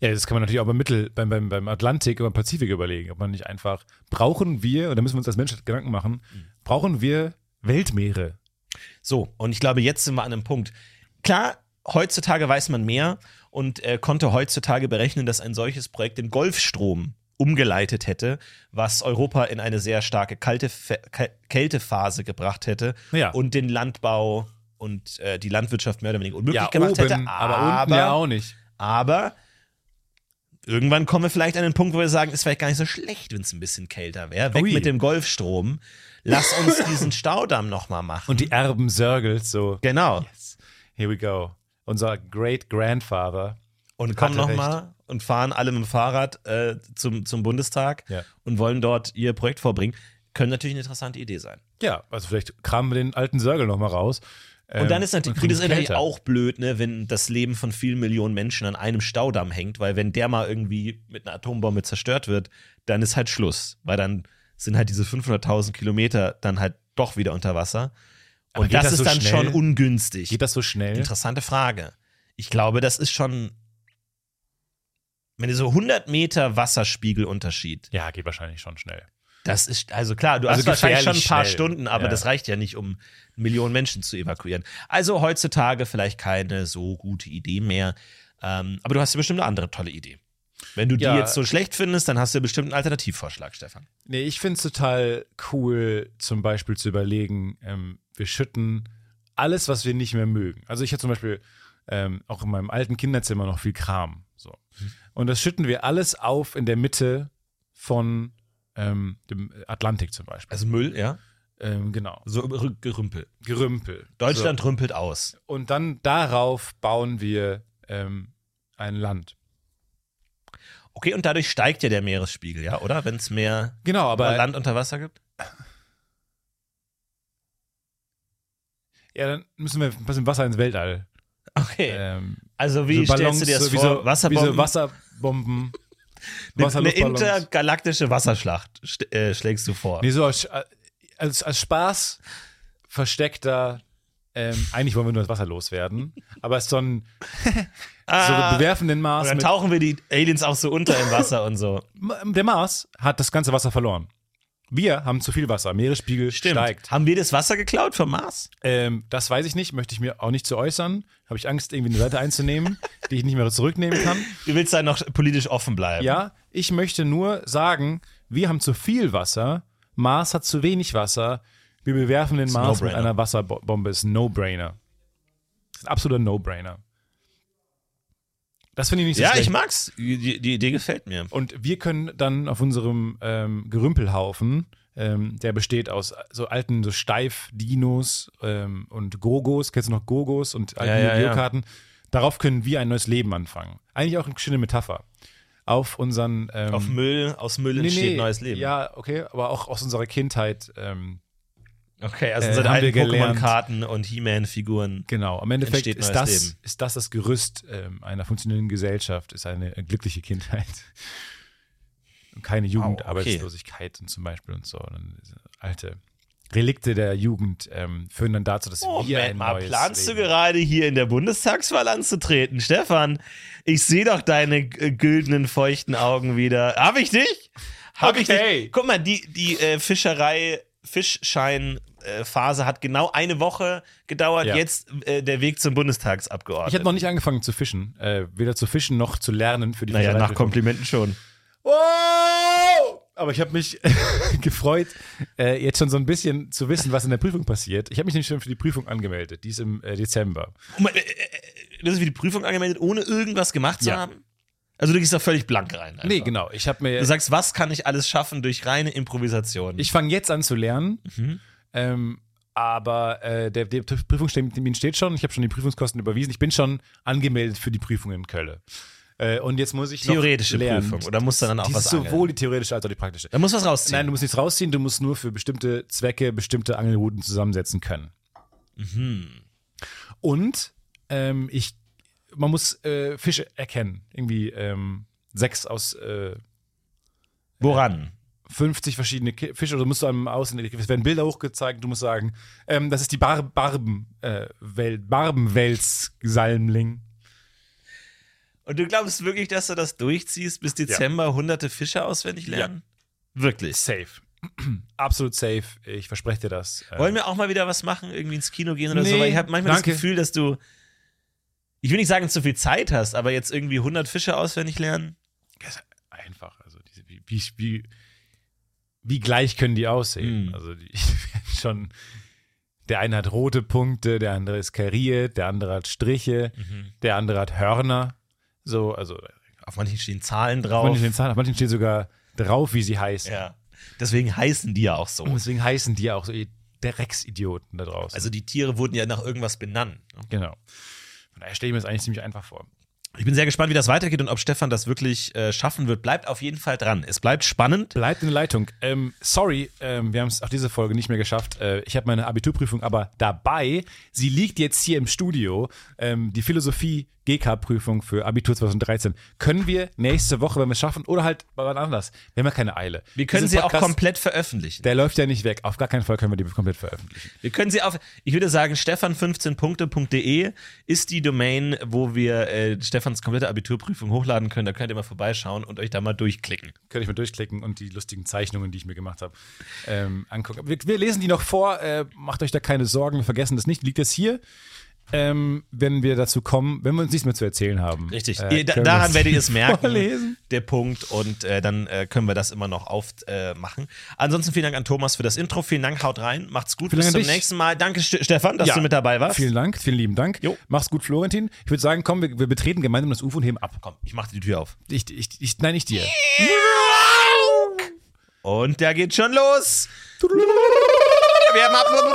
Speaker 3: Ja, das kann man natürlich auch beim Mittel, beim, beim, beim Atlantik, beim Pazifik überlegen, ob man nicht einfach, brauchen wir, und da müssen wir uns als Menschheit Gedanken machen, brauchen wir Weltmeere?
Speaker 2: So, und ich glaube, jetzt sind wir an einem Punkt. Klar, heutzutage weiß man mehr und äh, konnte heutzutage berechnen, dass ein solches Projekt den Golfstrom umgeleitet hätte, was Europa in eine sehr starke kalte Fe- Kä- Kältephase gebracht hätte
Speaker 3: Ja.
Speaker 2: und den Landbau und äh, die Landwirtschaft mehr oder weniger unmöglich
Speaker 3: ja,
Speaker 2: gemacht
Speaker 3: oben,
Speaker 2: hätte.
Speaker 3: aber, unten ja auch nicht.
Speaker 2: Aber irgendwann kommen wir vielleicht an den Punkt, wo wir sagen, ist vielleicht gar nicht so schlecht, wenn es ein bisschen kälter wäre. Weg
Speaker 3: Ui.
Speaker 2: mit dem Golfstrom. Lass uns diesen Staudamm nochmal machen.
Speaker 3: Und die Erben Sörgels, so,
Speaker 2: genau.
Speaker 3: here we go. Unser Great Grandfather.
Speaker 2: Und kommen
Speaker 3: Hatte recht.
Speaker 2: nochmal und fahren alle mit dem Fahrrad äh, zum, zum Bundestag
Speaker 3: Ja.
Speaker 2: und wollen dort ihr Projekt vorbringen. Können natürlich eine interessante Idee sein.
Speaker 3: Ja, also vielleicht kramen wir den alten Sörgel nochmal raus. Ähm,
Speaker 2: Und dann ist natürlich,
Speaker 3: kriegen
Speaker 2: das ist natürlich
Speaker 3: Kälter.
Speaker 2: auch blöd, ne, wenn das Leben von vielen Millionen Menschen an einem Staudamm hängt, weil wenn der mal irgendwie mit einer Atombombe zerstört wird, dann ist halt Schluss, weil dann sind halt diese 500.000 Kilometer dann halt doch wieder unter Wasser.
Speaker 3: Aber
Speaker 2: Und
Speaker 3: geht
Speaker 2: das,
Speaker 3: das
Speaker 2: ist
Speaker 3: so
Speaker 2: dann
Speaker 3: schnell?
Speaker 2: schon ungünstig.
Speaker 3: Geht das so schnell?
Speaker 2: Interessante Frage. Ich glaube, das ist schon, wenn du so 100 Meter Wasserspiegelunterschied,
Speaker 3: Ja, geht wahrscheinlich schon schnell.
Speaker 2: das ist, also klar, du
Speaker 3: Also
Speaker 2: hast wahrscheinlich schon ein
Speaker 3: gefährlich
Speaker 2: paar
Speaker 3: schnell.
Speaker 2: Stunden, aber
Speaker 3: Ja.
Speaker 2: das reicht ja nicht, um Millionen Menschen zu evakuieren. Also heutzutage vielleicht keine so gute Idee mehr. Ähm, aber du hast ja bestimmt eine andere tolle Idee. Wenn du
Speaker 3: Ja.
Speaker 2: die jetzt so schlecht findest, dann hast du bestimmt einen Alternativvorschlag, Stefan.
Speaker 3: Nee, ich finde es total cool, zum Beispiel zu überlegen, ähm, wir schütten alles, was wir nicht mehr mögen. Also ich hatte zum Beispiel ähm, auch in meinem alten Kinderzimmer noch viel Kram. So. Und das schütten wir alles auf in der Mitte von ähm, dem Atlantik zum Beispiel.
Speaker 2: Also Müll, ja.
Speaker 3: Ähm, genau.
Speaker 2: So Rü- Gerümpel.
Speaker 3: Gerümpel.
Speaker 2: Deutschland rümpelt aus.
Speaker 3: So. Und dann darauf bauen wir ähm, ein Land.
Speaker 2: Okay, und dadurch steigt ja der Meeresspiegel, ja, oder? Wenn es mehr
Speaker 3: Genau, aber
Speaker 2: Land unter Wasser gibt.
Speaker 3: ja, dann müssen wir ein bisschen Wasser ins Weltall.
Speaker 2: Okay.
Speaker 3: Ähm,
Speaker 2: also wie stellst du dir das
Speaker 3: so, äh, wie
Speaker 2: vor?
Speaker 3: So,
Speaker 2: Wasserbomben?
Speaker 3: Wie so Wasserbomben.
Speaker 2: Eine- eine
Speaker 3: Wasserluftballons.
Speaker 2: intergalaktische Wasserschlacht st- äh, schlägst du vor.
Speaker 3: Nee, so als, als, als Spaß versteckter. Ähm, eigentlich wollen wir nur das Wasser loswerden, aber es ist so ein
Speaker 2: Ah.
Speaker 3: so wir bewerfen den
Speaker 2: Und
Speaker 3: Mars.
Speaker 2: dann
Speaker 3: Mit,
Speaker 2: tauchen wir die Aliens auch so unter im Wasser und so.
Speaker 3: Ma- der Mars hat das ganze Wasser verloren. Wir haben zu viel Wasser. Meeresspiegel steigt.
Speaker 2: Haben wir das Wasser geklaut vom Mars?
Speaker 3: Ähm, das weiß ich nicht, möchte ich mir auch nicht zu äußern. Habe ich Angst, irgendwie eine Seite einzunehmen, die ich nicht mehr zurücknehmen kann.
Speaker 2: Du willst da noch politisch offen bleiben.
Speaker 3: Ja, ich möchte nur sagen, wir haben zu viel Wasser, Mars hat zu wenig Wasser. Wir bewerfen den Mars mit
Speaker 2: No-Brainer.
Speaker 3: einer Wasserbombe. Ist ein No-Brainer. Ist ein absoluter No-Brainer. Das finde ich nicht so
Speaker 2: Ja,
Speaker 3: schlecht.
Speaker 2: ich
Speaker 3: Ähm,
Speaker 2: mag's. Die, die Idee gefällt mir.
Speaker 3: Und wir können dann auf unserem ähm, Gerümpelhaufen, ähm, der besteht aus so alten, so steif Dinos ähm, und Gogos, kennst du noch Gogos und alte
Speaker 2: Ja, ja, ja.
Speaker 3: Geokarten, darauf können wir ein neues Leben anfangen. Eigentlich auch eine schöne Metapher. Auf unseren ähm,
Speaker 2: Auf Müll, aus Müll
Speaker 3: nee,
Speaker 2: entsteht
Speaker 3: nee,
Speaker 2: neues Leben.
Speaker 3: Ja, okay, aber auch aus unserer Kindheit. Ähm,
Speaker 2: Okay, also
Speaker 3: Äh,
Speaker 2: seit
Speaker 3: haben wir
Speaker 2: alten
Speaker 3: gelernt.
Speaker 2: Pokémon-Karten und He-Man-Figuren.
Speaker 3: genau. Am Endeffekt
Speaker 2: Entsteht
Speaker 3: ist
Speaker 2: neues
Speaker 3: das,
Speaker 2: Leben.
Speaker 3: ist das das Gerüst ähm, einer funktionierenden Gesellschaft, ist eine äh, glückliche Kindheit. Und keine Jugendarbeitslosigkeit und zum Beispiel und so. Und dann diese alte Relikte der Jugend ähm, führen dann dazu, dass wir ein
Speaker 2: mal,
Speaker 3: neues
Speaker 2: Oh, planst
Speaker 3: Leben.
Speaker 2: du gerade hier in der Bundestagswahl anzutreten, Stefan? Ich sehe doch deine äh, güldenen, feuchten Augen wieder. Hab ich dich? Hab ich dich? Guck mal, die, die äh, Fischerei, Fischschein-Phase hat genau eine Woche gedauert.
Speaker 3: Ja.
Speaker 2: Jetzt äh, der Weg zum
Speaker 3: Ich habe
Speaker 2: Bundestagsabgeordneten.
Speaker 3: noch nicht angefangen zu fischen. Äh, weder zu fischen noch zu lernen für die
Speaker 2: naja, nach
Speaker 3: Fischereibetriebe.
Speaker 2: Komplimenten schon.
Speaker 3: Wow! Aber ich habe mich gefreut, äh, jetzt schon so ein bisschen zu wissen, was in der Prüfung passiert. Ich habe mich nämlich schon für die Prüfung angemeldet. Die ist im äh, Dezember.
Speaker 2: Moment, äh, äh, Das ist wie die Prüfung angemeldet, ohne irgendwas gemacht zu
Speaker 3: Ja.
Speaker 2: haben. Also du gehst da völlig blank rein. Einfach.
Speaker 3: Nee, genau. Ich habe mir.
Speaker 2: Du sagst, was kann ich alles schaffen durch reine Improvisation?
Speaker 3: ich fange jetzt an zu lernen.
Speaker 2: Mhm.
Speaker 3: Ähm, aber äh, der, der Prüfungstermin steht schon. Ich habe schon die Prüfungskosten überwiesen. Ich bin schon angemeldet für die Prüfung in Köln. Äh, und jetzt muss ich
Speaker 2: Theoretische
Speaker 3: noch lernen.
Speaker 2: Prüfung, oder muss dann auch
Speaker 3: Dies
Speaker 2: was
Speaker 3: ist
Speaker 2: angeln?
Speaker 3: sowohl die theoretische als auch die praktische.
Speaker 2: Da muss was rausziehen.
Speaker 3: Nein, du musst nichts rausziehen. Du musst nur für bestimmte Zwecke bestimmte Angelrouten zusammensetzen können.
Speaker 2: Mhm.
Speaker 3: Und ähm, ich, man muss äh, Fische erkennen. Irgendwie ähm, sechs aus äh,
Speaker 2: Woran?
Speaker 3: 50 verschiedene Ki- Fische oder musst du einem außen, es werden Bilder hochgezeigt, du musst sagen, ähm, das ist die Bar Barben, äh, Wel Barbenwels-Salmling.
Speaker 2: Und du glaubst wirklich, dass du das durchziehst, bis Dezember hunderte Fische auswendig lernen? Wirklich.
Speaker 3: Safe. Absolut safe. Ich verspreche dir das. Äh,
Speaker 2: Wollen wir auch mal wieder was machen, irgendwie ins Kino gehen oder
Speaker 3: Nee,
Speaker 2: so? Weil ich habe manchmal
Speaker 3: danke.
Speaker 2: das Gefühl, dass du, ich will nicht sagen, zu viel Zeit hast, aber jetzt irgendwie 100 Fische auswendig lernen?
Speaker 3: Das ist einfach. Also diese, wie, wie, wie, wie gleich können die aussehen?
Speaker 2: Mhm.
Speaker 3: Also die werden schon. Der eine hat rote Punkte, der andere ist kariert, der andere hat Striche, der andere hat Hörner. So, also
Speaker 2: Mhm. Auf manchen stehen Zahlen
Speaker 3: auf
Speaker 2: drauf.
Speaker 3: manchen, Zahlen- auf manchen steht sogar drauf, wie sie heißen.
Speaker 2: Ja. Mhm. Deswegen heißen die ja auch so.
Speaker 3: Und deswegen heißen die ja auch so ihr Drecksidioten da draußen.
Speaker 2: Also die Tiere wurden ja nach irgendwas benannt.
Speaker 3: genau. Von daher stelle ich mir das eigentlich ziemlich einfach vor.
Speaker 2: Ich bin sehr gespannt, wie das weitergeht und ob Stefan das wirklich äh, schaffen wird. Bleibt auf jeden Fall dran. Es bleibt spannend.
Speaker 3: Bleibt in der Leitung. Ähm, sorry, ähm, wir haben es auch diese Folge nicht mehr geschafft. Äh, ich habe meine Abiturprüfung aber dabei. Sie liegt jetzt hier im Studio. Ähm, die Philosophie-GK-Prüfung für Abitur 2013. Können wir nächste Woche, wenn wir es schaffen, oder halt bei wann anders. Wir haben ja keine Eile.
Speaker 2: Wir können
Speaker 3: Diesen
Speaker 2: sie auch
Speaker 3: Podcast,
Speaker 2: komplett veröffentlichen.
Speaker 3: Der läuft ja nicht weg. Auf gar keinen Fall können wir die komplett veröffentlichen.
Speaker 2: Wir können sie auf, ich würde sagen, stefan15punkte.de ist die Domain, wo wir äh, Stefans komplette Abiturprüfung hochladen können. Da könnt ihr mal vorbeischauen und euch da mal durchklicken.
Speaker 3: Könnte ich mal durchklicken und die lustigen Zeichnungen, die ich mir gemacht habe, ähm, angucken. Aber Wir, wir lesen die noch vor. Äh, macht euch da keine Sorgen. Wir vergessen das nicht. Liegt das hier? Ähm, wenn wir dazu kommen, wenn wir uns nichts mehr zu erzählen haben.
Speaker 2: Richtig.
Speaker 3: Äh,
Speaker 2: ihr, da,
Speaker 3: können wir
Speaker 2: daran
Speaker 3: es
Speaker 2: werdet ihr es merken.
Speaker 3: Vorlesen.
Speaker 2: Der Punkt. Und äh, dann äh, können wir das immer noch aufmachen. Äh, machen. Ansonsten vielen Dank an Thomas für das Intro. Vielen Dank, haut rein. Macht's gut.
Speaker 3: Vielen
Speaker 2: Bis
Speaker 3: Dank an
Speaker 2: zum
Speaker 3: dich.
Speaker 2: nächsten Mal. Danke, Ste- Stefan, dass
Speaker 3: Ja.
Speaker 2: du mit dabei warst.
Speaker 3: Vielen Dank, vielen lieben Dank.
Speaker 2: Jo.
Speaker 3: Mach's gut, Florentin. Ich würde sagen, komm, wir, wir betreten gemeinsam das UFO und heben ab.
Speaker 2: Komm, ich mache die Tür auf.
Speaker 3: Ich, ich, ich, nein, nicht dir.
Speaker 2: Und der geht schon los. Wir haben ab.